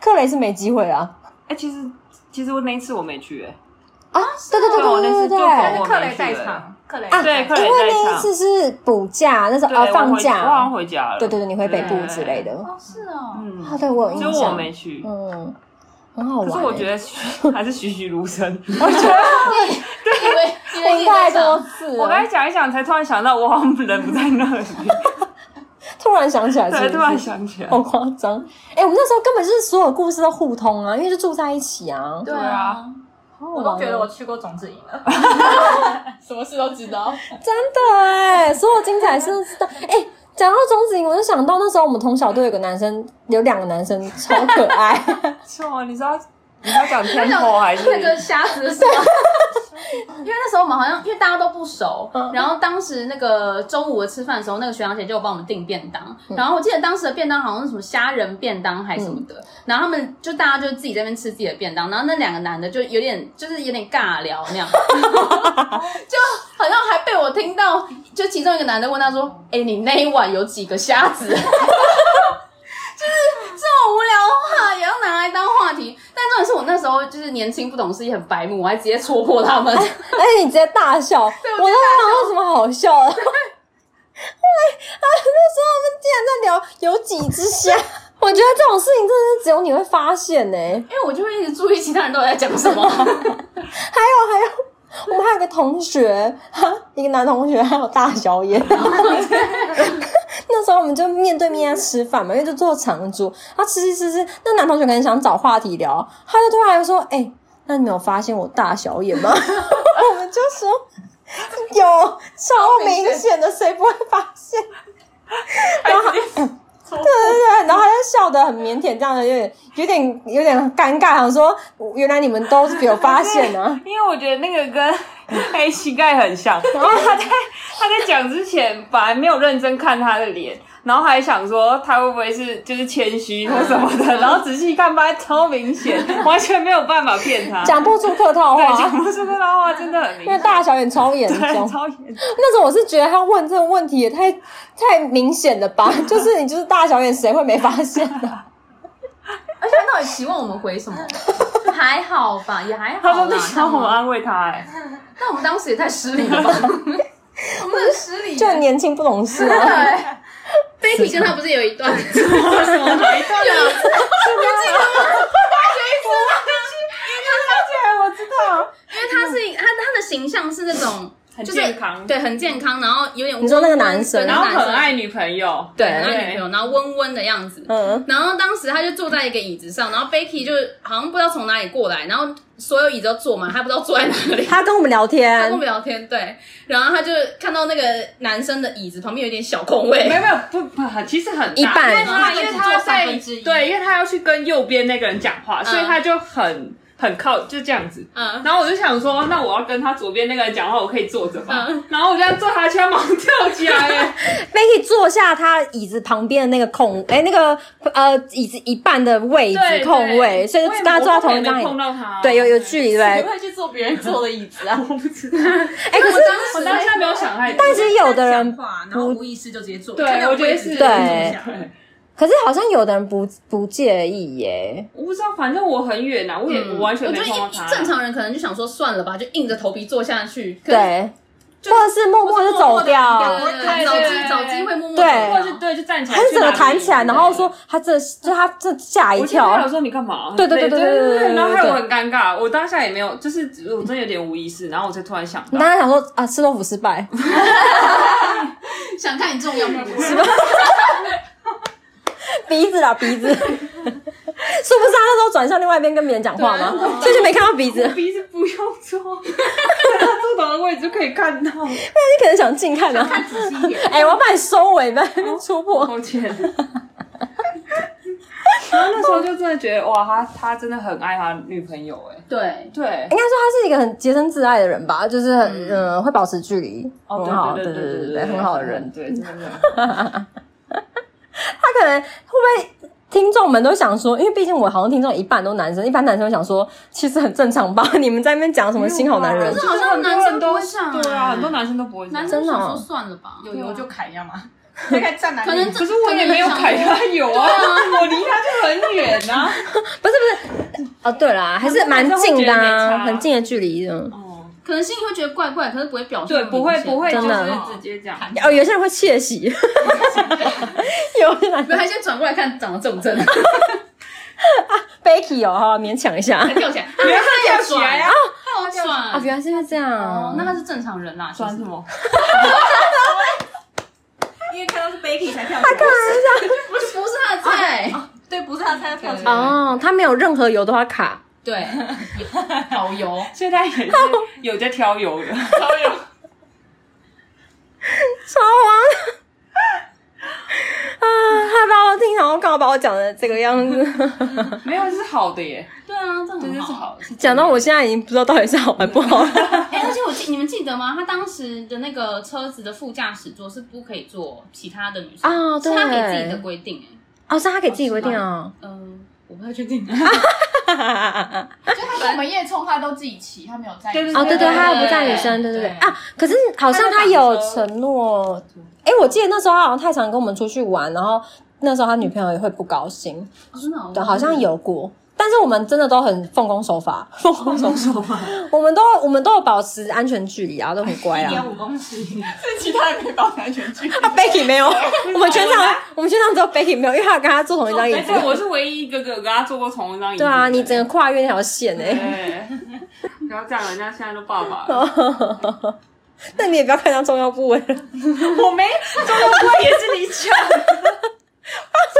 S1: 克雷是没机会啊。
S2: 哎、其实其实我那一次我没去、哎，
S1: 啊，对对对
S2: 哦
S1: 对
S2: 那
S1: 对对
S2: 是就
S1: 对
S2: 跟，我
S4: 克雷
S2: 没去
S4: 在
S2: 欸
S4: 场，克雷
S1: 啊，
S4: 在
S2: 对
S4: 场
S2: 克雷
S1: 因为
S2: 在
S1: 那一
S2: 场
S1: 次是补假，那时候
S2: 对，我
S1: 呃放
S2: 回我好像
S1: 假，
S2: 回家了。
S1: 对对对，你回北部
S2: 对
S1: 之类的。
S3: 哦，是哦，
S2: 嗯，
S1: 啊，对我有
S2: 就
S1: 印
S2: 我
S1: 象，
S2: 没去。
S1: 嗯，很好玩
S2: 可
S1: 欸。
S2: 是我觉得还是栩栩如生。
S3: 因为因为
S1: 听欸太多次了，
S2: 我刚才讲一讲，才突然想到，我好像人不在那里，
S1: 突然想起来，是
S2: 对，
S1: 不
S2: 突然
S1: 是哦
S2: 想起来。
S1: 好夸张。哎，我们那时候根本就是所有故事都互通啊，因为就住在一起啊。
S2: 对啊，
S1: 好好
S4: 我
S1: 玩哦
S4: 都觉得我去过种子营了。
S9: 什么事都知道。
S1: 真的哎，所有精彩事都知道哎。讲到钟子颖，我就想到那时候我们同小队有个男生，有两个男生超可爱，
S2: 错，你知道你要讲天后还是
S3: 那个瞎子的事吗？因为那时候我们好像因为大家都不熟，然后当时那个中午的吃饭的时候，那个学长姐就有帮我们订便当，然后我记得当时的便当好像是什么虾仁便当还是什么的，然后他们就大家就自己在那边吃自己的便当，然后那两个男的就有点就是有点尬聊那样，就好像还被我听到，就其中一个男的问他说：“哎、你那一碗有几个虾子？”就是这么无聊的话也要拿来当话题，但重点是我那时候就是年轻不懂事也很白目，我还直接戳破他们。
S1: 而且哎你直接大笑，我都不知道有什么好笑 的。后来啊，那时候我们竟然在聊有几只虾， 我觉得这种事情真的是只有你会发现欸呢、
S3: 因为我就会一直注意其他人都在讲什么，
S1: 还有还有。我们还有个同学，哈，一个男同学，还有大小眼。 那时候我们就面对面在吃饭嘛，因为就坐长桌，他吃吃吃吃，那男同学可能想找话题聊，他就突然说：“哎、那你没有发现我大小眼吗？” 我们就说：“嗯有，超明显的，谁不会发现？”然后他，对对对，然后他就笑得很腼腆，这样的有点有点有点尴尬，想说原来你们都有发现啊。
S2: 因为我觉得那个 跟黑膝盖很
S3: 哦
S2: 像，因为他在他在讲之前，本来没有认真看他的脸，然后还想说他会不会是就是谦虚或什么 的，然后仔细看，发现超明显，完全没有办法骗他。
S1: 讲不出客套
S2: 对，讲
S1: 话，
S2: 不出这段话真的很
S1: 因
S2: 明
S1: 为
S2: 显，
S1: 大小眼超严
S2: 对，
S1: 重。
S2: 超严重。
S1: 那时候我是觉得他问这个问题也太太明显了 吧，就是你就是大小眼，谁会没发现呢？
S3: 而且他到底期望我们回什么？ 还好吧，也还好
S2: 他
S3: 啦。
S2: 说不想我们安慰他、哎，
S3: 但我们当时也太失礼了吧？我们很失礼耶。
S1: 就很年轻不懂事啊。
S3: 对，Baby 跟他不是有一 段，
S2: 什么哪一段啊？我记得吗？我知道，
S3: 因为他是一他他的形象是那种
S2: 很
S3: 就是
S2: 健康，
S3: 对很健康，然后有点
S1: 你说那个男生
S3: 对
S2: 然
S3: 那
S2: 后
S3: 个男
S2: 很
S3: 生
S2: 爱女朋友，
S3: 对很爱女朋友，然后温温的样子。
S1: 嗯，
S3: 然后当时他就坐在一个椅子上，然后 Becky 就好像不知道从哪里过来，然后所有椅子都坐满，他不知道 坐在哪里。
S1: 他跟我们聊
S3: 他跟
S1: 天
S3: 我，们聊天，对，然后他就看到那个男生的椅子旁边有一点小空位
S2: 没，有没有不不，其实很大
S1: 一半
S2: 因为他因为他
S4: 只
S2: 在
S4: 做三分之一
S2: 对，因为他要去跟右边那个人讲话，
S1: 嗯
S2: 所以他就很很靠就这样子。
S3: 嗯，
S2: 然后我就想说，那我要跟他左边那个人讲话，我可以坐着吧
S3: 嗯。
S2: 然后我这样坐下去，他马上跳起来 了，
S1: Becky 坐下他椅子旁边的那个空，哎，那个呃椅子一半的位
S2: 对
S1: 置空位，
S2: 对
S1: 欸所以
S2: 我也
S1: 大家坐在同一
S2: 我也
S1: 张
S2: 没碰
S1: 椅。
S2: 到他，啊
S1: 对，有有距离对不
S4: 谁
S1: 对。
S4: 会去坐别人坐的椅子啊？
S2: 我不知道，
S1: 哎，可是
S2: 我当下没有想太多。
S1: 但是有的人
S4: 讲话，然后无意识就直接坐。
S2: 对
S4: 看到
S2: 我觉得
S4: 位置
S2: 是
S4: 就坐下
S1: 对可是好像有的人不不介意耶，
S2: 我不知道，反正我很远啊呐，我
S1: 嗯
S2: 也、我完全
S4: 我
S2: 没
S4: 觉得
S2: 碰到他。
S4: 一正常人可能就想说算了吧，就硬着头皮做下去。可能
S1: 对，或者是默默就走掉，
S4: 对对
S3: 呃
S4: 对
S2: 对对对
S4: 找机找机会默默
S1: 对
S4: 走
S2: 或
S4: 掉
S2: 者是对，就站起来，
S1: 他是
S2: 去
S1: 整
S2: 哪
S1: 个
S2: 里
S1: 弹起来，然后说他这就他这吓一
S2: 我听到
S1: 跳
S2: 有，说你干嘛？
S1: 对对对
S2: 对
S1: 对对对
S2: 对
S1: 对
S2: 然后害
S1: 对
S2: 我很尴尬，我当下也没有，就是我真的有点无意识，然后我才突然想
S1: 你
S2: 到
S1: 当，时想说啊，吃豆腐失败，
S10: 想看你重要吗？
S1: 鼻子啦鼻子，是不 是他那时候转向另外一边跟别人讲话吗？所以就没看到鼻子，你
S2: 啊鼻子不用坐，坐同的位置就可以看到。
S1: 可能想近看啊。哎，我要把你收尾，不要在那
S2: 哦
S1: 边戳破。
S2: 抱 歉。然后那时候就真的觉得哇，他他真的很爱他女朋友哎、
S4: 对，
S2: 对
S1: 应，该说他是一个很洁身自爱的人吧，就是很嗯会保持距离，
S2: 哦
S1: 很好，
S2: 对
S1: 对
S2: 对对
S1: 对
S2: 对，
S1: 很好的人。
S2: 对，真的很好。
S1: 他可能会不会听众们都想说，因为毕竟我好像听众一半都男生，一般男生会想说其实很正常吧，你们在那边讲什么新好男人
S2: 就？是
S10: 好像
S2: 很多
S10: 男生
S2: 人都
S10: 不会这样
S2: 对啊，
S10: 哎
S2: 很多男生都不会这样。
S10: 男
S1: 真
S10: 生
S1: 的
S10: 想
S1: 哦
S10: 说算了吧，
S4: 有油就
S10: 砍要吗？
S9: 大概站哪里？
S10: 可能这
S2: 可是我也没有凯他有啊，我离他就很远啊呐。
S1: 不是不是，哦对啦，还是蛮近的、啊，很近的距离的。
S2: 哦，
S10: 可能心里会觉得怪怪，可是不会表现
S2: 对，
S10: 得
S2: 不会
S10: 明显
S2: 不会，就
S1: 真的
S2: 是直接讲。
S1: 哦，有些人会窃喜，有些人
S4: 没有，他先转过来看长得正 不正，
S1: Becky 哦，哈，勉强一下。
S4: 还跳起来。
S2: 原来他要起来啊！
S10: 好
S1: 哦，
S10: 转。
S1: 原来是因为这样。
S10: 哦，那他是正常人啦，其实
S2: 转什么？
S11: 因为看到是 Becky 才跳起来。
S4: 不是不是他的菜，
S11: 对，不是他才跳 起来。
S1: 哦，他没有任何油都要卡，
S4: 对，好油，
S2: 所以他也是有在挑油的。
S1: 超王啊！他把我听，然后刚好把我讲的这个样子，
S2: 没有，是好的耶，
S10: 对啊，这
S2: 真
S10: 很
S2: 的是
S10: 好。
S2: 好的。
S1: 讲到我现在已经不知道到底是好还不好了。
S10: 哎、而且我记，你们记得吗？他当时的那个车子的副驾驶座是不可以坐其他的女生
S1: 哦
S10: 是他给
S1: 对
S10: 自己的规定、哎，
S1: 哦，是他给自己规定哦。
S10: 嗯、我不太确定。
S3: 就他说我们夜冲他都自己骑，他没有在意。
S2: 对对
S1: 哦，对对，
S2: 对
S1: 他又不带女生，对对对
S3: 对
S1: 啊。可是好像他有承诺，哎，我记得那时候他好像太常跟我们出去玩，然后那时候他女朋友也会不高兴，
S10: 哦真的哦、
S1: 对，好像有过。但是我们真的都很奉公守法，奉公守法， 我们都我们都有保持安全距离啊，都很乖啊。
S11: 五公尺，
S9: 是其他人没保安全 距离。
S1: 啊，Becky 没有，我们全场我们全场只有 Becky 没有，因为他跟他坐同一张椅
S2: 哎，
S1: 子
S2: 对，。我是唯一一个个跟他坐过同一张椅 子
S1: 对
S2: 的。
S1: 啊，你整个跨越那条线哎、
S2: 对， 不要这样，人家现在都爸爸了。
S1: 欸， 那你也不要看到重要部位了。
S2: 我没，中国话也是你讲的。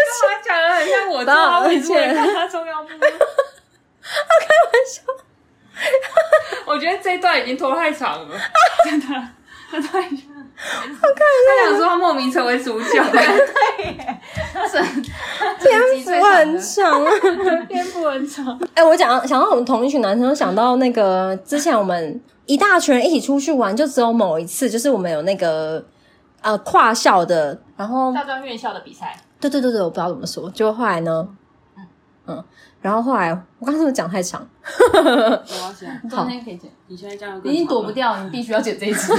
S2: 干嘛讲的很像我知道为什么看他重要部位？他开玩笑。我觉得这一段已经拖太长了，真的，这段已经。他想说他莫名成为主角，
S1: 篇幅很长啊！
S2: 篇幅很长。
S1: 哎、我讲想到我们同一群男生，想到那个之前我们一大群人一起出去玩，就只有某一次，就是我们有那个呃跨校的，然后
S3: 嗯
S11: 大专院校的比赛，
S1: 对对对对，我不知道怎么说。结果后来呢，嗯，然后后来我刚刚是不是讲太长？
S2: 我要讲，
S1: 好
S10: 中间可以剪，
S2: 你现在这样
S10: 你已经躲不掉，你必须要剪这一 集。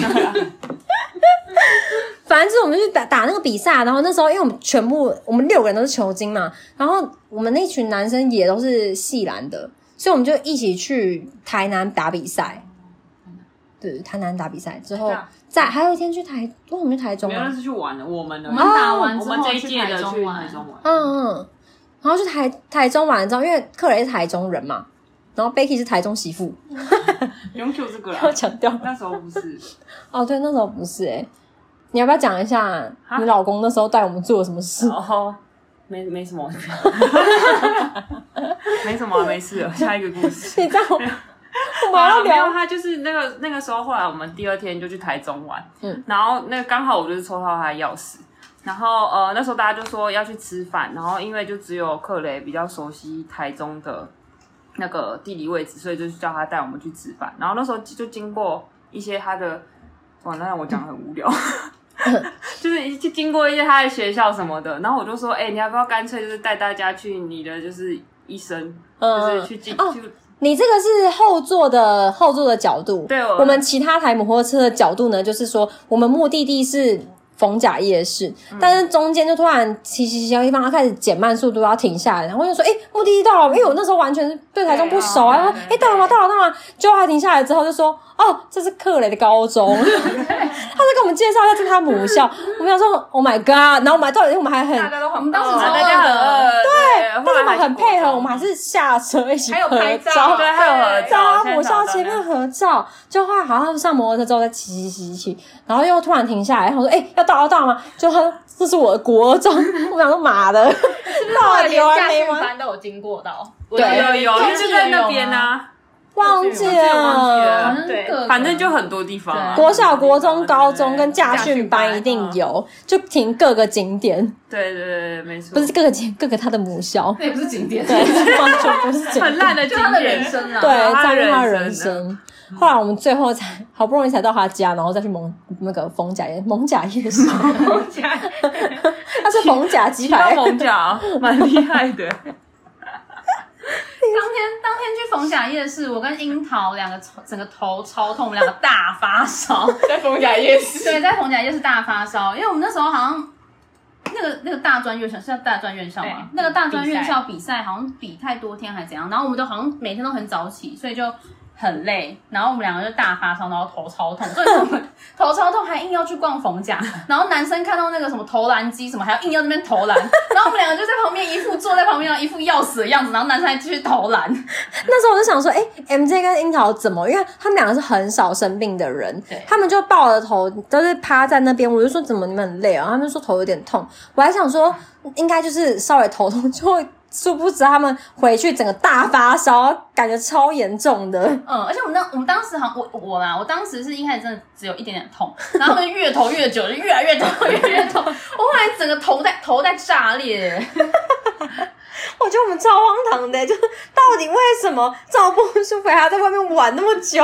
S1: 反正就是我们去打打那个比赛，然后那时候因为我们全部我们六个人都是球精嘛，然后我们那群男生也都是系篮的，所以我们就一起去台南打比赛。对，台南打比赛之后
S2: 台大，
S1: 在还有一天去台，为什么去台中
S2: 没有，那
S1: 啊？
S2: 是去玩的，我们的
S10: 我们打完
S2: 我
S10: 之
S2: 们这
S10: 后
S2: 一
S10: 去
S2: 届
S10: 台
S2: 的
S10: 中
S2: 去
S10: 玩
S2: 台，中玩。
S1: 嗯嗯，然后去台台中玩了之后，因为克雷是台中人嘛，然后 Becky 是台中媳 妇，
S2: 永久这个啦
S1: 要，强调
S2: 那时候不 是，
S1: 哦，对，那时候不是哎、你要不要讲一下
S2: 哈
S1: 你老公那时候带我们做了什么 事？
S2: 然后哦没没什么， 没什么，啊没事了。下一个故 事。
S1: 你这样， 我们
S2: 啊
S1: 要
S2: 没有，
S1: 聊
S2: 他就是那个那个时候，后来我们第二天就去台中玩，
S1: 嗯
S2: 嗯，然后那个刚好我就是抽到他的钥匙，然后呃那时候大家就说要去吃饭，然后因为就只有克雷比较熟悉台中的那个地理位置，所以就是叫他带我们去吃饭，然后那时候就经过一些他的，哇，那我讲得很无 聊。就是就经过一些他的学校什么的，然后我就说，哎、你要不要干脆就是带大家去你的就是医生，就是去进、
S1: 哦
S2: 去
S1: 你这个是后座的后座的角度，
S2: 对我
S1: 我们其他台摩托车的角度呢，就是说我们目的地是逢甲夜市，但是中间就突然骑骑骑到地方，他开始减慢速度，然后停下来，然后我就说：“哎、目的地到了。”因为我那时候完全是对台中不熟啊，然后哎、到了吗？到了到了吗？”结果他停下来之后就说：“哦，这是克雷的高中。”他就给我们介绍一下这是他母校。我们想说：“Oh my god！” 然后我们还到底我们还很，
S4: 大家都很棒，
S3: 当时超
S2: 大家很饿，
S1: 哦
S2: 对，
S1: 但是我
S2: 后来
S1: 们
S2: 还
S1: 很配合，我们
S2: 还
S1: 还是下车一起
S4: 还有
S1: 合
S4: 拍照
S1: 照，
S2: 对，啊还有合
S1: 啊在
S2: 照，
S1: 阿母校前面合照，就后来好像上摩托车之后再骑骑骑骑，然后又突然停下来，然后说：“哎、要到要到吗？”就他说这是我的国中，我想说妈 的，到底有完没完？
S11: 班都有经过到，
S2: 有有有，因为就在那边
S3: 有
S2: 啊，
S1: 忘记
S2: 忘记
S1: 了。
S2: 了，
S3: 嗯
S2: 对
S3: 各，种
S2: 反正就很多地方啊，
S1: 国小、国中、高中跟驾训班嗯一定有，就停各个景点，
S2: 嗯对对对，没错，
S1: 不是各个景，各个他的母校，
S3: 那也不是景 点，
S1: 对，完全不是景
S2: 很
S1: 点，
S2: 烂的景
S3: 就他的
S2: 点
S3: 人 生
S8: 啊
S3: 啦。
S1: 对，
S2: 他
S1: 占
S2: 的嗯
S1: 用他的
S2: 人
S1: 人生。后来我们最后才好不容易才到他家，然后再去蒙那个逢甲夜蒙甲夜 市，他是逢甲鸡
S2: 到
S1: 排，
S2: 蒙甲蛮厉害的，
S3: 当天当天去逢甲夜市，我跟樱桃两个头整个头超痛，我们两个大发烧。
S8: 在逢甲夜市，
S3: 对，在逢甲夜市大发烧，因为我们那时候好像那个那个大专院校是叫大专院校吗？那个大专院校比赛好像比太多天还怎样，然后我们都好像每天都很早起，所以就很累，然后我们两个就大发烧，然后头超痛，所以我们 头超痛还硬要去逛逢甲，然后男生看到那个什么投篮机什么，还要硬要那边投篮，然后我们两个就在旁边一副坐在旁边一副要死的样子，然后男生还继续投篮，
S1: 那时候我就想说，哎、m j 跟樱桃怎么？因为他们两个是很少生病的人，他们就抱着头，都是趴在那边。我就说怎么你们很累啊？他们说头有点痛。我还想说，应该就是稍微头痛，就会殊不知他们回去整个大发烧，感觉超严重的。
S3: 嗯，而且我们当我们当时好像我我啦，我当时是一开始真的只有一点点痛，然后他们越投越久，就越来越痛， 越来越痛，我后来整个头在头在炸裂，
S1: 我觉得我们超荒唐的，就到底为什么这么不舒服，还要在外面玩那么久？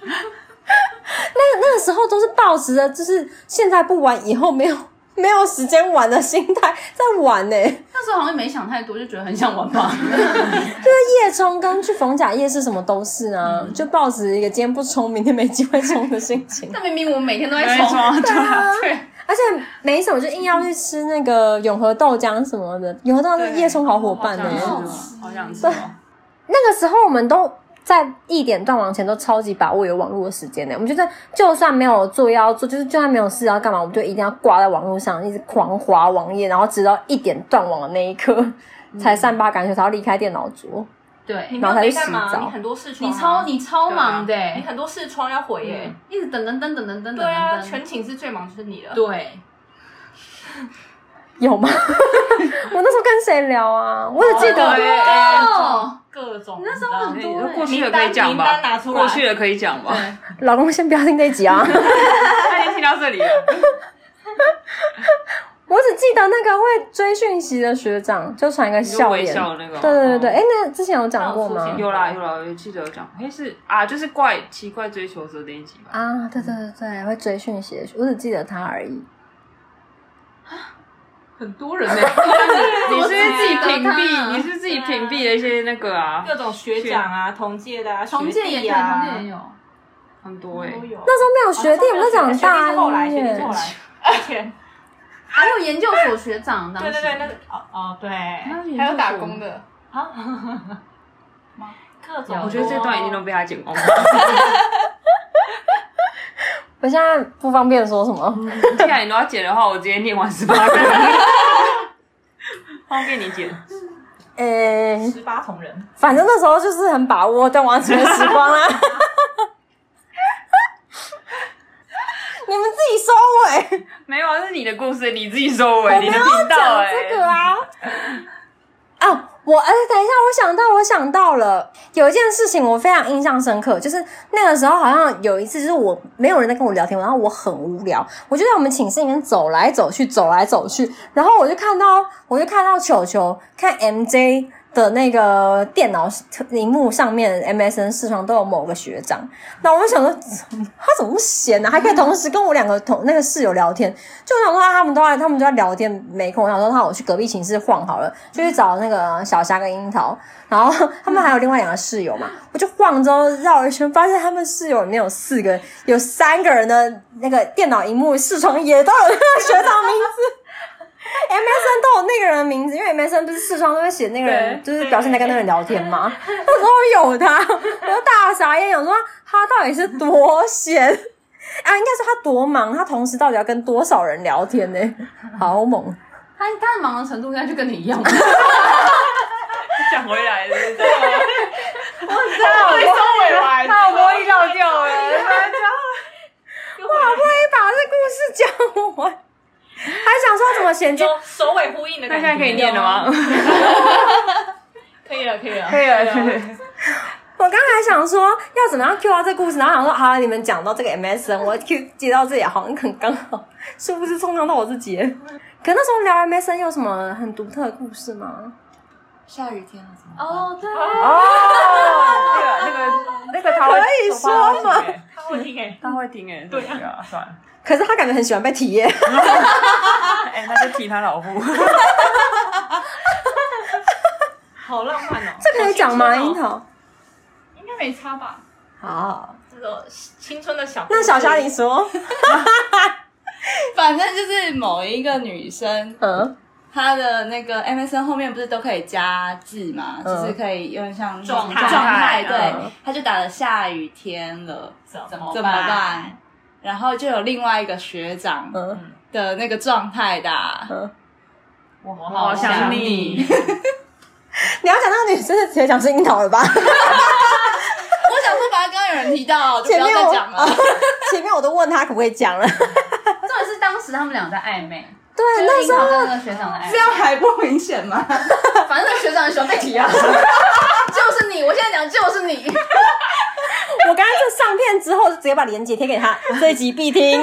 S1: 那那个时候都是抱持着就是现在不玩，以后没有没有时间玩的心态在玩呢、
S3: 那时候好像也没想太多，就觉得很想玩吧。
S1: 就是夜冲跟去逢甲夜市什么都是啊，就抱持一个今天不冲，明天没机会冲的心情。
S3: 但明明我们每天都在
S2: 没
S3: 冲，
S2: 错，对啊，
S1: 而且没什么，就硬要去吃那个永和豆浆什么的，永和豆浆是夜冲好伙伴呢、
S2: 好想吃哦好想吃哦。
S1: 那个时候我们都在一点断网前都超级把握有网络的时间呢、我们觉得就算没有做要做，就是就算没有事要干嘛，我们就一定要挂在网络上，一直狂滑网页，然后直到一点断网的那一刻。
S2: 嗯
S1: 才善罢甘休，才要离开电脑桌。
S3: 对
S11: 你
S1: 然后
S11: 没
S1: 他
S11: 有
S1: 就
S11: 没干嘛
S1: 洗澡
S11: 你很多事情，
S3: 你超你超忙的、欸
S11: 你啊很多事窗要回耶。
S3: 一直等等等等等等等
S11: 对啊，
S3: 等
S11: 全寝室最忙就是你了。
S3: 对，
S1: 有 吗？我那时候跟谁聊啊？我只记得、
S2: 哎
S3: 哦，
S11: 各种
S3: 那时候很多、
S2: 过
S3: 欸，
S2: 去的可以讲
S11: 名单拿
S2: 吧，
S11: 出来
S2: 过去的可以讲吧。
S1: 老公先不要听这一集啊！
S2: 他已经听到这里了，
S1: 我只记得那个会追讯息的学长，就传一个
S2: 你就
S1: 笑
S2: 微
S1: 脸。
S2: 笑那个吗。
S1: 对对对对，哎、那之前有讲过
S11: 那
S1: 吗
S11: 我出？现
S2: 有啦有啦，我记得有讲，哎是啊，就是怪奇怪追求者那一集吧。
S1: 啊，对对对对，会追讯息的学，我只记得他而已。
S8: 很多人呢，
S2: 你是不是自己屏
S3: 对啊
S2: 蔽，你是不是自己屏蔽了一些那个啊，
S11: 各种学长啊、同届的啊、
S3: 同届
S11: 学
S3: 也
S11: 弟
S3: 有，
S11: 啊，
S3: 同届也有。
S2: 很多哎
S11: 都。有。
S1: 那时候没有学弟，我们在
S11: 学
S1: 讲
S11: 弟是后
S1: 大
S11: 来，
S1: 一
S11: 学弟是
S1: 耶
S11: 后。来，而且
S3: 还有研究所学长，当
S11: 对
S3: 时
S11: 对对，那个哦哦对，
S9: 还有打工的，
S11: 啊 各种
S2: 我觉得这段一定都被他剪 光了。
S1: 我现在不方便说什么。
S2: 既然你都要剪的话，我直接念完十八 个，方便你剪。
S1: 呃、
S11: 十八重人，
S1: 反正那时候就是很把握断完全时光啊啦。 你们自己收尾。
S2: 没有啊，是你的故事，你自己收尾，
S1: 我
S2: 你
S1: 没
S2: 的
S1: 有
S2: 频道
S1: 讲
S2: 哎。
S1: 这个 啊。啊，我哎、等一下，我想到，我想到了，有一件事情我非常印象深刻，就是那个时候好像有一次，就是我没有人在跟我聊天，然后我很无聊，我就在嗯我们寝室里面走来走去，走来走去，然后我就看到，我就看到球球，看 MJ，的那个电脑荧幕上面 MSN 视窗都有某个学长，那我就想说嗯他怎么不闲啊呢、还可以同时跟我两个同那个室友聊天，就我想说啊他们都在他们就在聊天没空，我想说那我去隔壁寝室晃好了，就去找那个小霞跟樱桃，然后他们还有另外两个室友嘛，我就晃之后绕一圈，发现他们室友里面有四个人，有三个人的那个电脑荧幕视窗也都有那个学长名字。MSN 都有那个人的名字，因为 MSN 不是视窗都会写那个人，就是表示你在跟那个人聊天嘛。那时候有他，我就大傻眼，想说他到底是多闲啊？应该是他多忙，他同时到底要跟多少人聊天呢？ 好猛！
S3: 他他的忙的程度应该就跟你一样吧。
S8: 讲回来了，
S2: 他有收尾完，他有摸一到欸就 了。
S1: 我
S11: 啊
S1: 好不容易把这故事讲完，还想说怎么衔接？
S11: 有首尾呼应的感
S2: 那现
S11: 觉。
S2: 在可以念了？吗？
S11: 可以了，可以了。
S2: 可以了，
S1: 我刚才想说要怎么样 Q 到这故事，然后想说好、你们讲到这个 MSN，我 Q 接到这里好像很刚好，是不是冲撞到我自己？可那时候聊 MSN 有什么很独特的故事吗？
S4: 下雨天了怎么办？
S11: 哦，对，
S2: 哦，那个那个那个他会
S1: 可以说吗？
S11: 他会听诶。
S2: 欸他会听哎，对啊，算了，
S1: 可是他感觉很喜欢被体验，
S2: 哎，那就提他老婆。
S11: 好浪漫哦！
S1: 这可以讲吗？
S11: 好青春
S1: 樱
S11: 哦
S1: 桃，
S11: 应该没差吧？
S1: 好，
S11: 这种青春的小
S1: 那小虾你说，
S3: 反正就是某一个女生，
S1: 嗯，
S3: 她的那个 MSN 后面不是都可以加字嘛，
S1: 嗯
S3: 就是可以有点像
S11: 状态
S3: 状态对
S1: 嗯，
S3: 她就打了下雨天了，
S11: 怎么
S3: 怎么？办？然后就有另外一个学长
S1: 嗯
S3: 的那个状态的啊、
S1: 嗯，
S11: 我
S2: 好
S11: 好
S2: 想
S11: 想
S2: 你
S11: 你，
S1: 你要讲那个女生就直接讲是樱桃了吧？
S3: 我想说，反正刚刚有人提到，就不
S1: 前
S3: 要
S1: 面
S3: 再
S1: 我啊
S3: 讲了。
S1: 前面我都问他可不可以 讲了，
S3: 重点是当时他们俩在暧昧，
S1: 对，那时候
S3: 跟那个啊学长的暧昧，
S4: 样还不明显吗？
S3: 反正那个啊学长很喜欢被提 啊，就是你，我现在讲就是你，
S1: 我刚刚就上片之后就直接把链接贴给他，这一集必听。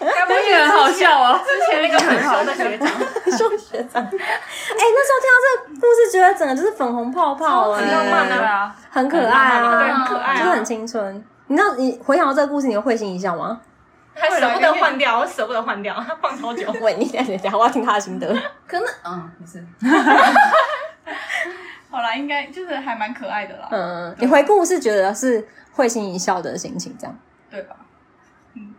S2: 那个很好笑哦，之前那个很好
S11: 我的 学长，
S1: 说学长，哎、那时候听到这个故事，觉得整个就是粉红泡泡、哎，
S11: 很浪漫的啊！
S1: 很可爱啊，
S11: 对，很可爱
S1: 就是
S11: 啊，
S1: 很青春。你知道你回想到这个故事，你有会心一笑吗？
S11: 还舍不得换掉，我舍不得换掉，他放超久。
S1: 喂，你等一下，我要听他的心得。
S3: 可能嗯，不是。
S9: 好啦，应该就是还蛮可爱的啦，
S1: 嗯，你回顾是觉得是会心一笑的心情，这样
S9: 对吧？嗯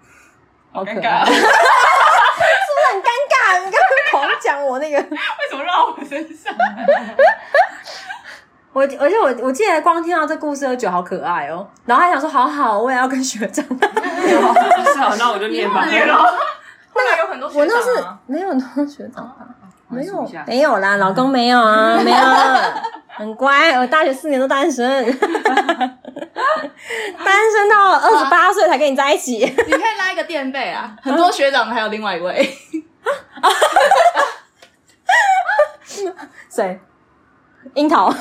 S1: 好可
S9: 尴
S1: 爱，
S9: 尬，啊
S1: 是不是很尴尬？你刚刚狂讲我那个。
S9: 为什么绕我身上？
S1: 我而且我我记得光听到这故事就觉得好可爱哦，然后还想说好好，我也要跟学长。
S2: 是 好，那我就念吧。
S11: 后来有很多学
S1: 我
S11: 长
S1: 那是
S11: 啊，哦
S1: 没有很多学长吧，没有
S2: 数一下
S1: 没有
S11: 嗯
S1: 啦，老公没 有啊，没有啊，很乖，我大学四年都单身， 单身到
S11: 啊
S1: 二十八岁才跟你在一起，
S3: 你可以拉一个垫背啊，很多学长还有另外一位，
S1: 谁？樱桃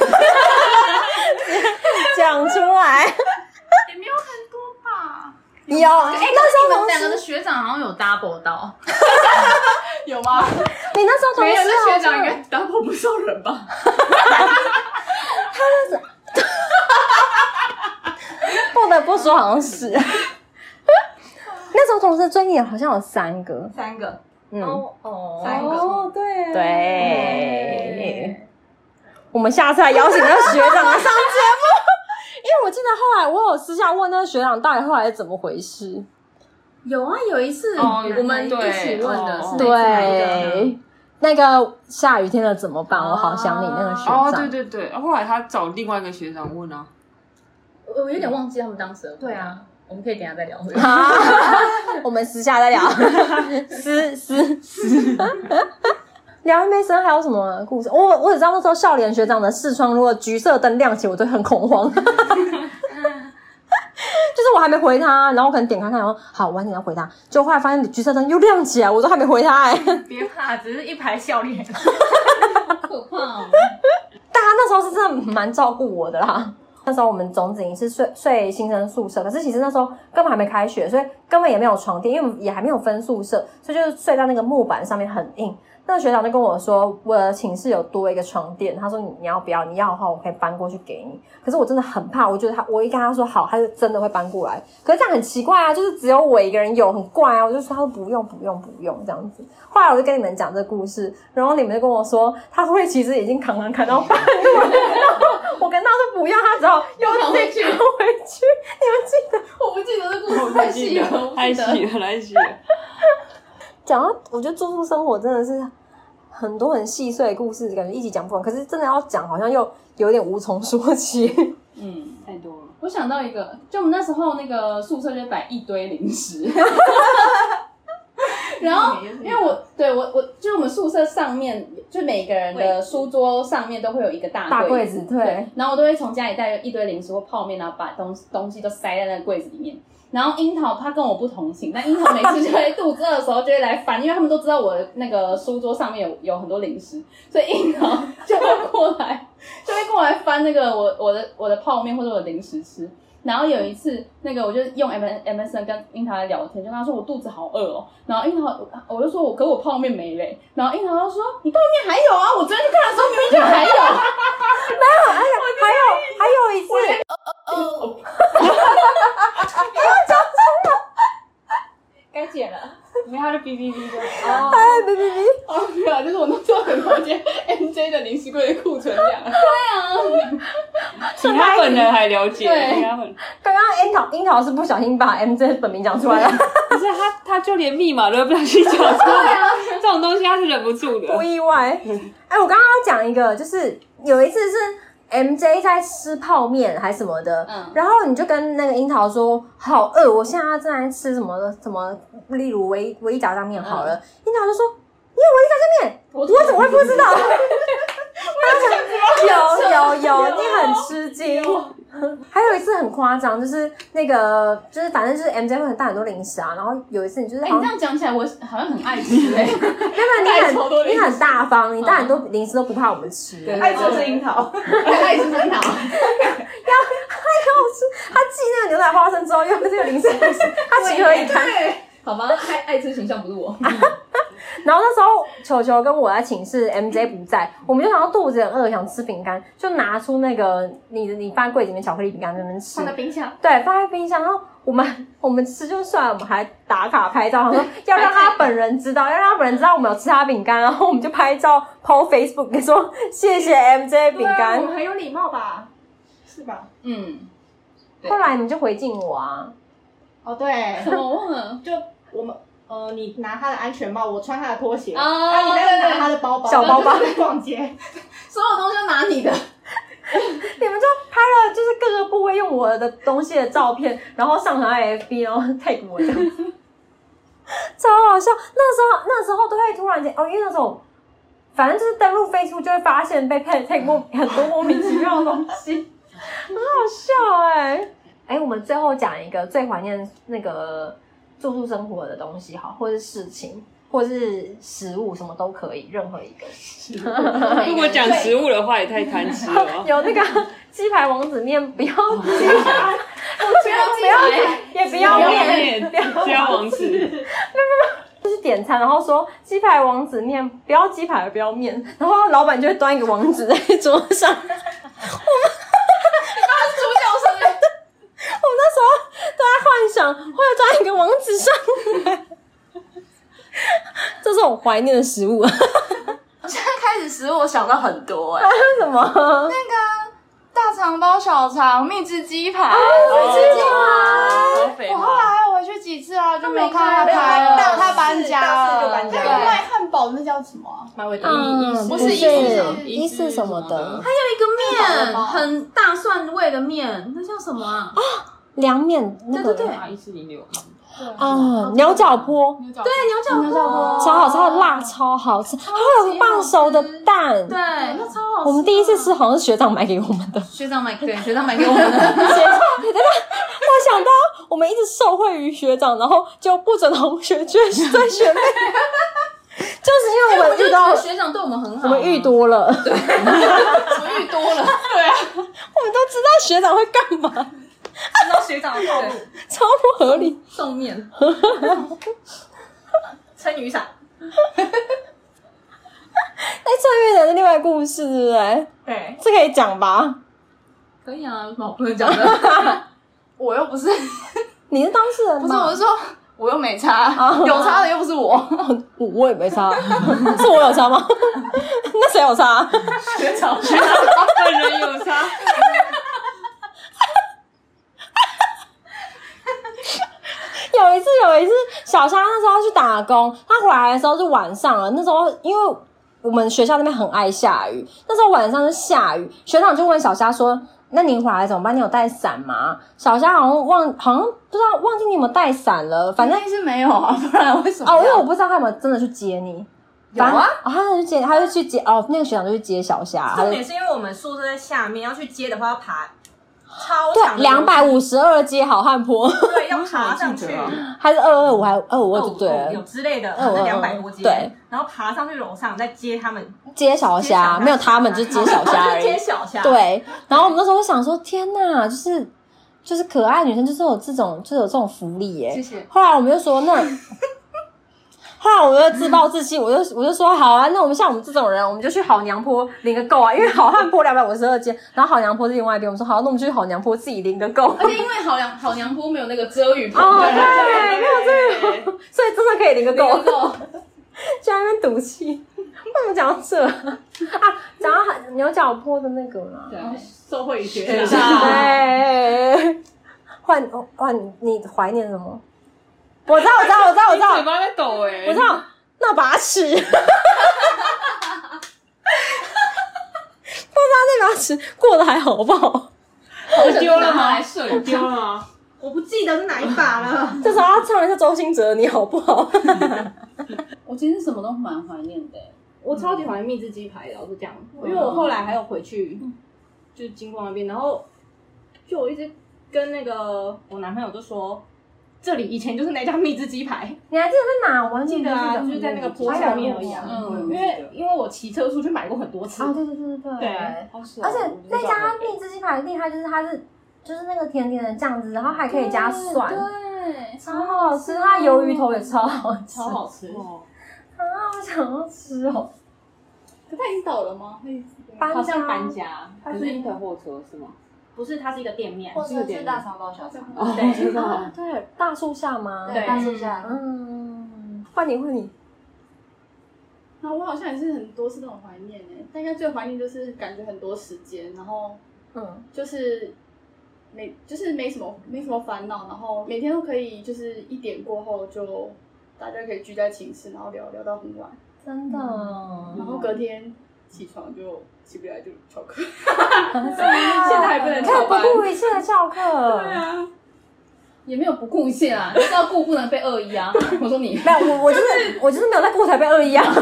S1: 讲出来
S9: 也没有很多吧。哎
S1: 有，那时候
S3: 们
S1: 同
S3: 两个的
S1: 时
S3: 学长好像有 double 到，
S9: 有吗？
S1: 你哎那时候同
S9: 没有，
S1: 时
S9: 那
S1: 好
S9: 学长
S1: 像
S9: 应该当破不受 人吧？
S1: 不得不说，好像是。 那时候同事追你好像有三个，
S11: 三个
S1: 嗯，
S11: 哦，
S4: 三个
S11: 哦对
S1: 对。我们下次来邀请那个学长来上节目， 因为我记得后来我有私下问那个学长到底后来是怎么回事。
S3: 有啊，有一次
S2: 哦
S3: 我们一
S2: 对
S3: 起问的是
S2: 哦
S3: 那次哪一个？
S1: 对，那个下雨天了怎么办？我好想你那个学
S2: 哦，
S1: 长。
S2: 对对对，后来他找另外一个学长问啊，
S3: 我我有点忘记他们当时的对啊，我们可以等一下再聊。
S1: 好， 我们私下再聊，私私私。 聊完妹生还有什么故事？我我只知道那时候笑脸学长的视窗，如果橘色灯亮起，我都很恐慌。 就是我还没回他，然后我可能点开看，然后好晚点要回他，就后来发现橘色灯又亮起来，我都还没回他、哎，
S11: 别怕，只是一排笑脸。
S3: 可怕哦！
S1: 大家那时候是真的蛮照顾我的啦。 那时候我们总子营是睡睡新生宿舍，可是其实那时候根本还没开学，所以根本也没有床垫，因为我们也还没有分宿舍，所以就是睡在那个木板上面很硬。那学长就跟我说，我的寝室有多一个床垫，他说你你要不要？你要的话，我可以搬过去给你。可是我真的很怕，我觉得他，我一跟他说好，他就真的会搬过来。可是这样很奇怪啊，就是只有我一个人有，很怪啊。我就说他说不用不用不用这样子。后来我就跟你们讲这个故事，然后你们就跟我说，他会不会其实已经扛扛扛到搬过来？然后我跟他说不要，他只好又自己扛回去。你们记得？
S3: 我不记得这故事太细 了，我不
S8: 太
S3: 记得。
S8: 细了，太细了。
S1: 讲到，我觉得住宿生活真的是很多很细碎的故事，感觉一起讲不完。可是真的要讲，好像又有点无从说起。
S3: 嗯，
S2: 太多了。
S3: 我想到一个，就我们那时候那个宿舍就摆一堆零 食，然后因为我对我我就是我们宿舍上面，就每个人的书桌上面都会有一个大
S1: 大
S3: 柜
S1: 柜子，对，
S3: 然后我都会从家里带一堆零食或泡面，然后把东东西都塞在那个柜子里面。然后樱桃它跟我不同寝，但樱桃每次就会肚子饿的时候就会来翻，因为他们都知道我那个书桌上面有有很多零食，所以樱桃就会过来，就会过来翻那个我我的我的泡面或者我的零食吃。然后有一次，那个我就用 M M S N 跟樱桃在聊天，就跟他说我肚子好饿哦。然后樱桃我就说我可我泡面没嘞。然后樱桃就说你泡面还有啊，我昨天去看的时候明明就还有。
S1: 还有还有一次，
S3: 该解了。
S2: 没有他就哔哔哔的。
S1: 哎，别别别，
S9: 哦，没有，就是我那时候很了解 MJ 的零食柜的库存量。
S8: 比他本人还了解，
S3: 对
S8: 比他本人
S1: 刚刚樱桃樱桃是不小心把 M J 本名讲出来了，
S8: 不是他，他就连密码都不小心讲出来，这种东西他是忍不住的。
S1: 不意 外。哎，我刚刚要讲一个，就是有一次是 M J 在吃泡面还是什么的，
S3: 嗯
S1: 然后你就跟那个樱桃说好饿，我现在正在吃什么什么，例如维维炸酱面好了，樱桃就说你有维炸酱面，
S3: 我
S1: 嗯我怎么会不知道？ 有有 有，你很吃惊。还有一次很夸张，就是那个，就是反正就是 MJ 会很带很多零食啊，然后有一次你就是
S3: 哎、
S1: 好
S3: 你这
S1: 像
S3: 样讲起来，我好像很爱吃哎、
S1: 没有没有你很你很大方，你
S4: 嗯
S1: 带很多零食都不怕我们吃，要
S11: 爱吃是樱桃，
S3: 爱吃樱桃。
S1: 吃。他寄那个牛奶花生之后，又这个 零食，他情何以堪？
S3: 好吧，爱爱吃形象不是我。
S1: 然后那时候球球跟我在寝室，MJ
S4: 嗯
S1: 不在，我们就想到肚子很饿，想吃饼干，就拿出那个你的你放在柜子里面巧克力饼干在那边吃，
S4: 放在冰箱，
S1: 对，放在冰箱。然后我们 我们吃就算了，我们还打卡拍照，然后要让他本人知道，要让他本人知道我们有吃他饼干，然后我们就拍照 PO Facebook 说谢谢 MJ 饼
S4: 对啊我
S1: 干。
S4: 们很有礼貌吧？是吧？
S3: 嗯，对
S1: 后来你就回敬我啊，
S4: 哦，对
S3: 什，么我忘了
S4: 就我们呃，你拿他的安全帽，我穿他的拖鞋，啊，
S3: 啊
S4: 你在那拿他的包包，
S1: 小包包
S4: 然后就在逛街，
S3: 所有东西都拿你的，
S1: 你们就拍了就是各个部位用我的东西的照片，然后上传 FB，然后 tag 我这样子，超好笑。那时候那时候都会突然间哦，因为那种反正就是登录 Facebook 就会发现被 tag tag 莫很多莫名其妙的东西，很好笑哎、哎、我们最后讲一个最怀念那个住宿生活的东西哈，或是事情，或是食物，什么都可以，任何一个。
S8: 如果讲食物的话，也太贪吃了。
S1: 有那个鸡排王子面，不要鸡排，不要不要，也不要面，
S8: 面加王子，
S1: 就是点餐，然后说鸡排王子面，不要鸡排，不要面，然后老板就会端一个王子在桌上。我们，你刚刚是猪叫声。我们那时候都在幻想会端一个王子上来，这是我怀念的食物。
S8: 我现在开始食物，我想到很多哎、
S1: 啊什么？
S9: 大肠包小肠、秘制鸡排，
S3: 哦
S2: 啊哦
S8: 好肥
S9: 我后来还有回去几次啊，就没有看到他
S4: 没
S9: 拍
S1: 啊
S4: 看
S9: 了，
S4: 到
S9: 他搬家
S4: 大四就
S9: 了，
S4: 搬家
S9: 对
S4: 了
S9: 卖汉堡那叫什么啊？
S4: 蛮伟
S1: 嗯，
S9: 不是
S1: 一
S9: 一四
S1: 四一四什么的，
S3: 面很大蒜味的面，那叫什么啊？
S1: 凉面那个
S3: 对对对
S2: 一四零六，
S1: 啊，牛角波
S9: 对，
S3: 牛角牛角锅
S1: 超好吃，它的辣超好吃，还有半熟的蛋。
S3: 对，那超好吃。
S1: 我们第一次吃好像是学长买给我们的。
S3: 学长买，对，学长买给我 们的。
S1: 我想到我们一直受惠于学长，然后就不准同学追追学 妹，就是因为我
S3: 我
S1: 们
S3: 就
S1: 遇
S3: 觉
S1: 到
S3: 得学长对我们很
S1: 我
S3: 好，
S1: 们遇多了，我们都知
S3: 遇多了，
S1: 道学长会干嘛，
S4: 知道学长的套路，
S1: 超不合理。
S3: 送面。
S4: 撑雨伞，
S1: 那穿越人的另外一个故事，对不对？
S11: 对，
S1: 这可以讲吧？
S3: 可以啊，有什么好不能讲的？
S9: 我又不是，
S1: 你是当事人
S9: 不是，我
S1: 吗？
S9: 是说，我又没
S3: 哦
S9: 差，有差的又不 是我。
S1: 我我也没差，是我有差吗？ 那谁有啊差？
S2: 本人有差，
S1: 有一次，有一次，小虾那时候要去打工，他回来的时候是晚上了。那时候因为我们学校那边很爱下雨，那时候晚上是下雨，学长就问小虾说：“那你回来怎么办？你有带伞吗？”小虾好像忘，好像不知道忘记你有没有带伞了，反正
S3: 但是没有啊，不然为什么
S1: 哦，
S3: 要？
S1: 因为我不知道他有没有真的去接你。
S9: 有啊
S1: 反正哦，他就去接，他就去接哦，那个学长就去接小虾，他
S11: 重
S1: 就
S11: 点是因为我们宿舍在下面，要去接的话要爬超长
S1: 对
S11: 的
S1: 两百五十二街好汉坡，
S11: 对，要爬上去，
S1: 还是二二五还二五二就
S11: 哦
S1: 对了
S11: 有，之类的，
S1: 嗯
S11: 那
S1: 嗯
S11: 两百多阶，
S1: 对，
S11: 然后爬上去楼上再接他们，
S1: 接小虾，没有他们就是接小 虾而已
S11: 接。小虾，，
S1: 对，然后我们那时候就想说，天呐，就是就是可爱的女生就是有这种就是有这种福利耶、
S3: 谢谢。
S1: 后来我们就说 那。后来我就自暴自弃，我就我就说好啊，那我们像我们这种人，我们就去好娘坡领个够啊，因为好汉坡两百五十二间，然后好娘坡是另外一边，我们说好，那我们就去好娘坡自己领个够。
S3: 而且因为好娘好娘坡没有那个遮雨棚，
S1: 哦，对，没有这个，所以真的可以领个够。
S3: 够
S1: 就在那边赌气，为什么讲到这啊？讲到牛角坡的那个嘛，
S4: 受贿学
S9: 长
S1: 对， 换换你怀念什么？我知道，我知道，我知道，我知道，
S2: 嘴巴在抖哎、
S1: 我知道那把尺，不知道那把尺过得还好不好？
S2: 我丢了
S3: 拿
S2: 吗
S3: 来？睡。
S2: 丢了吗？
S11: 我不记得是哪一把了，
S1: 这时候要唱一下周兴哲，你好不好？
S3: 我其实什么都蛮怀念的，
S4: 我超级讨厌蜜汁鸡排的，老实讲，因为我后来还有回去，就是经过那边，然后就我一直跟那个我男朋友就说，这里以前就是那家蜜汁鸡排，
S1: 你还记得在哪？我完全
S4: 记
S1: 不
S4: 得啊，
S11: 嗯
S1: 记
S4: 就是在那个坡下面而已啊，因为因为我骑车出去买过很多次
S1: 啊，，对对对对
S4: 对
S2: 好爽
S1: 而且那家蜜汁鸡排厉害，就是它是就是那个甜甜的酱汁，然后还可以加蒜，
S3: 对，
S1: 超好吃。它鱿鱼头也超好吃，
S4: 超好吃。
S2: 哦
S1: 啊，我想要吃哦。
S4: 可它已经倒了吗？它已经
S1: 搬家
S4: 好像搬家，它
S2: 它
S4: 是
S2: 是
S4: 一
S2: 一台
S4: 个
S2: 货车是吗？
S4: 不是它是一个店面，哦
S2: 是有点
S10: 肠包小肠，
S4: 对，
S1: 啊，对，大树下吗？
S4: 对
S10: 大树下
S1: 嗯，换你换你，
S4: 然后我好像也是很多次那种怀念诶、大概最怀念就是感觉很多时间，然后
S1: 嗯，
S4: 就是没就是没什么没什么烦恼，然后每天都可以就是一点过后就大家可以聚在寝室，然后聊聊到很晚，
S1: 真的，
S4: 嗯然后隔天起床就起不来就翘课，
S1: 真的
S4: 现在还不能
S1: 可以
S4: 翘班。
S1: 不顾一切的翘课，
S3: 也没有不顾一切啦，你知道顾不能被恶意啊。我说你
S1: 没有我我就是我就是没有在顾台被恶 意啊，所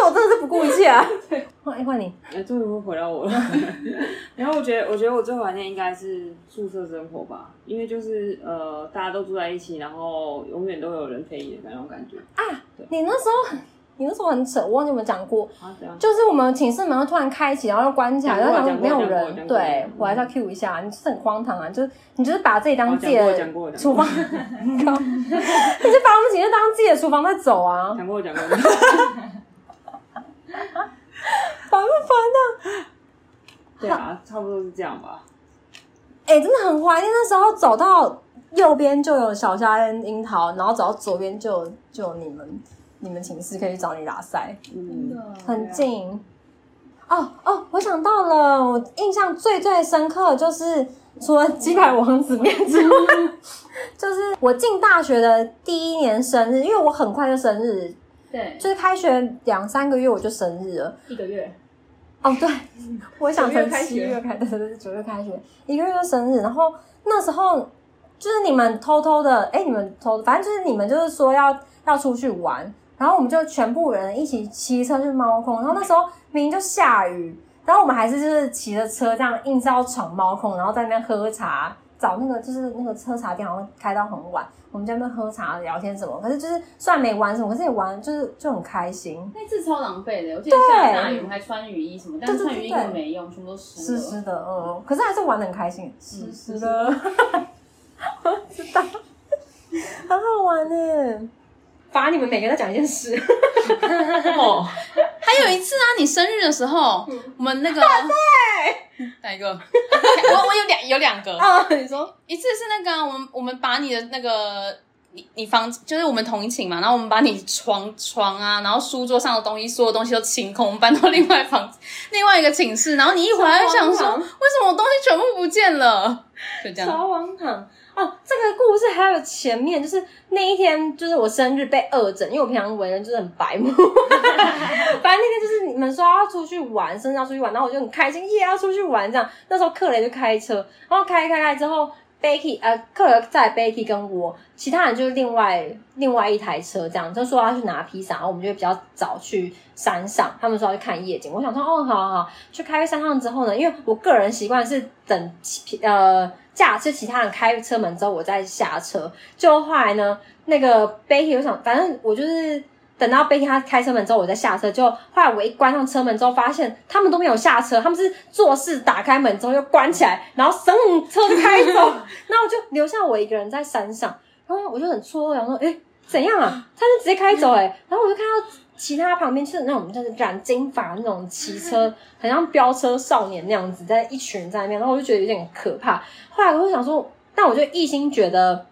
S1: 以我真的是不顾一切啊。 换换你，
S2: 哎，终于回到我了。 然后我觉得，我觉得我最怀念应该是宿舍生活吧，因为就是呃，大家都住在一起，然后永远都有人陪你的那种感觉。
S1: 你那时候你那时候很扯，我忘记有没有讲过，
S2: 啊，这样。
S1: 就是我们寝室门会突然开启，然后又关起来，然
S2: 讲
S1: 后
S2: 过
S1: 想说没有
S2: 嗯讲过
S1: 人。
S2: 讲过
S1: 对
S2: 讲过
S1: 我还是要 Q 一下，你是很荒唐啊！就是你就是把自己当
S2: 哦
S1: 自己的
S2: 讲过讲
S1: 厨
S2: 过
S1: 房，你就把我们寝室当自己的厨房在走啊，
S2: 讲过讲过，
S1: 烦不烦啊？
S2: 对啊，差不多是这样吧。
S1: 哎、真的很怀念那时候走到右边就有小虾跟樱桃，然后走到左边就有就有你们你们寝室可以去找你打赛。
S2: 嗯，
S1: 很近。哦哦，我想到了，我印象最最深刻的就是除了鸡排王子面之外， 就是我进大学的第一年生日，因为我很快就生日，
S3: 对，
S1: 就是开学两三个月我就生日了。
S4: 一个月，
S1: 哦，对，我想
S4: 嗯九
S1: 成
S4: 月开
S1: 七
S4: 学
S1: 月开，对对对，九月开学，一个月就生日，然后那时候就是你们偷偷的，哎，你们偷，反正就是你们就是说要要出去玩，然后我们就全部人一起骑车去猫空，然后那时候明明就下雨，然后我们还是就是骑着车这样硬是要闯猫空，然后在那边喝茶，找那个就是那个车茶店好像开到很晚，我们在那边喝茶聊天什么，可是就是虽然没玩什么，可是也玩就是就很开心，
S3: 那次超狼狈的，我记得下大雨我们还穿雨衣什么，但是
S1: 对对
S3: 穿雨
S1: 对
S3: 衣
S1: 对
S3: 根本没用，全部都湿
S1: 湿湿
S3: 了。
S1: 的，嗯，可是还是玩的很开心，湿湿的， 知道，很好玩呢。罚你们每个人再讲一件事，
S8: 哦，
S1: 还
S3: 还有一次啊，你生日的时候，我们那个对哪一个？ 我我有两有两个，
S1: 啊，你说
S3: 一次是那个啊我们我们把你的那个你你房就是我们同一寝嘛，然后我们把你床床啊，然后书桌上的东西，所有东西都清空，我们搬到另外房 另外一个寝室，然后你一回来就想
S1: 啊
S3: 说，为什么我东西全部不见了？就这样，
S1: 逃亡堂哦，这个故事还有前面，就是那一天，就是我生日被恶整，因为我平常为人就是很白 目。反正那天就是你们说要出去玩，生日要出去玩，然后我就很开心，耶，要出去玩这样。那时候克雷就开车，然后开开开之后，Becky 呃，克雷载 Becky 跟我，其他人就是另外另外一台车这样，就说要去拿披萨，然后我们就比较早去山上，他们说要去看夜景，我想说哦，好好好，去开山上之后呢，因为我个人习惯是等其呃驾车其他人开车门之后，我再下车。就后来呢，那个 Becky 我想，反正我就是等到 Becky 他开车门之后，我再下车。就后来我一关上车门之后，发现他们都没有下车，他们是做事打开门之后又关起来，然后噌车就开走，然后我就留下我一个人在山上，然后我就很错愕，然后说，哎、怎样啊？他就直接开走哎、然后我就看到其他旁边就是那种就是染金发那种骑车，很像飙车少年那样子，在一群人在那边，然后我就觉得有点可怕。后来我就想说，但我就一心觉得。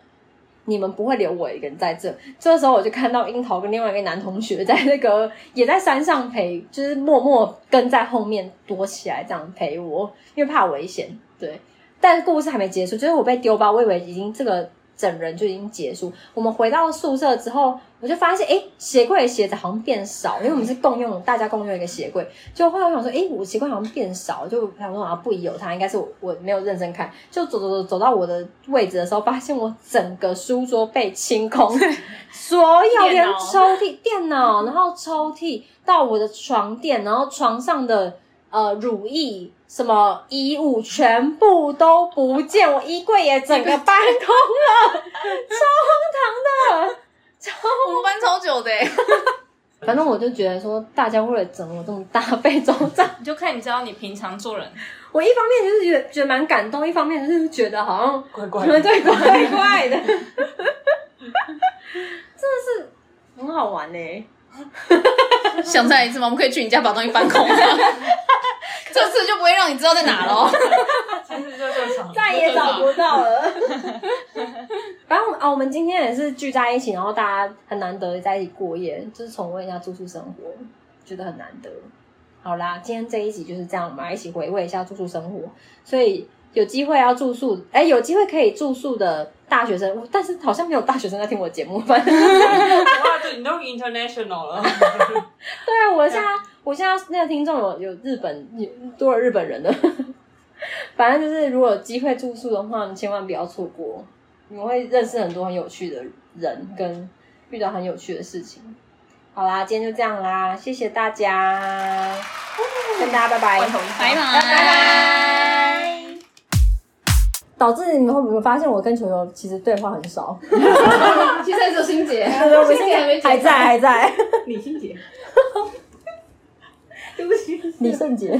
S1: 你们不会留我一个人在这。这时候我就看到樱桃跟另外一个男同学在那个也在山上陪，就是默默跟在后面躲起来这样陪我，因为怕危险。对，但故事还没结束，就是我被丢包，我以为已经这个整人就已经结束。我们回到宿舍之后，我就发现，哎，鞋柜的鞋子好像变少，因为我们是共用，大家共用一个鞋柜。就后来我想说，哎，我鞋柜好像变少，就想说啊，不宜有它，应该是我我没有认真看。就走走走走到我的位置的时候，发现我整个书桌被清空，所有连抽屉、电脑，然后抽屉到我的床垫，然后床上的。呃乳液、什么衣物全部都不见，我衣柜也整个搬空了，超荒唐的。
S3: 我们搬超久的欸，
S1: 反正我就觉得说，大家为了整我这么大 费周章，
S11: 你就看你知道你平常做人，
S1: 我一方面就是觉得觉得蛮感动，一方面就是觉得好像怪怪的， 对，怪怪的， 真的是很好玩呢、
S3: 想再来一次吗？我们可以去你家把东西搬空吗？ 这次就不会让你知道在哪了哦。
S11: 其实 就正常。
S1: 再也找不到 了。反正我们啊，我们今天也是聚在一起，然后大家很难得在一起过夜，就是重温一下住宿生活，觉得很难得。好啦，今天这一集就是这样，我们来一起回味一下住宿生活。所以有机会要住宿，哎、有机会可以住宿的大学生，但是好像没有大学生在听我节目，反正。
S8: 哇，对，你都 international 了，
S1: 对啊，我现在我现在那个听众有有日本有多了日本人了， 反正就是如果有机会住宿的话，你千万不要错过，你们会认识很多很有趣的人，跟遇到很有趣的事情。好啦，今天就这样啦，谢谢大家，跟大家拜拜。
S3: 拜拜拜。
S1: 导致你们会不会发现我跟球球其实对话很 少？
S4: 其实还有 心结，
S1: 我
S4: 心结还没解
S1: 还在还在，
S4: 李心结，对不起，
S1: 李圣杰。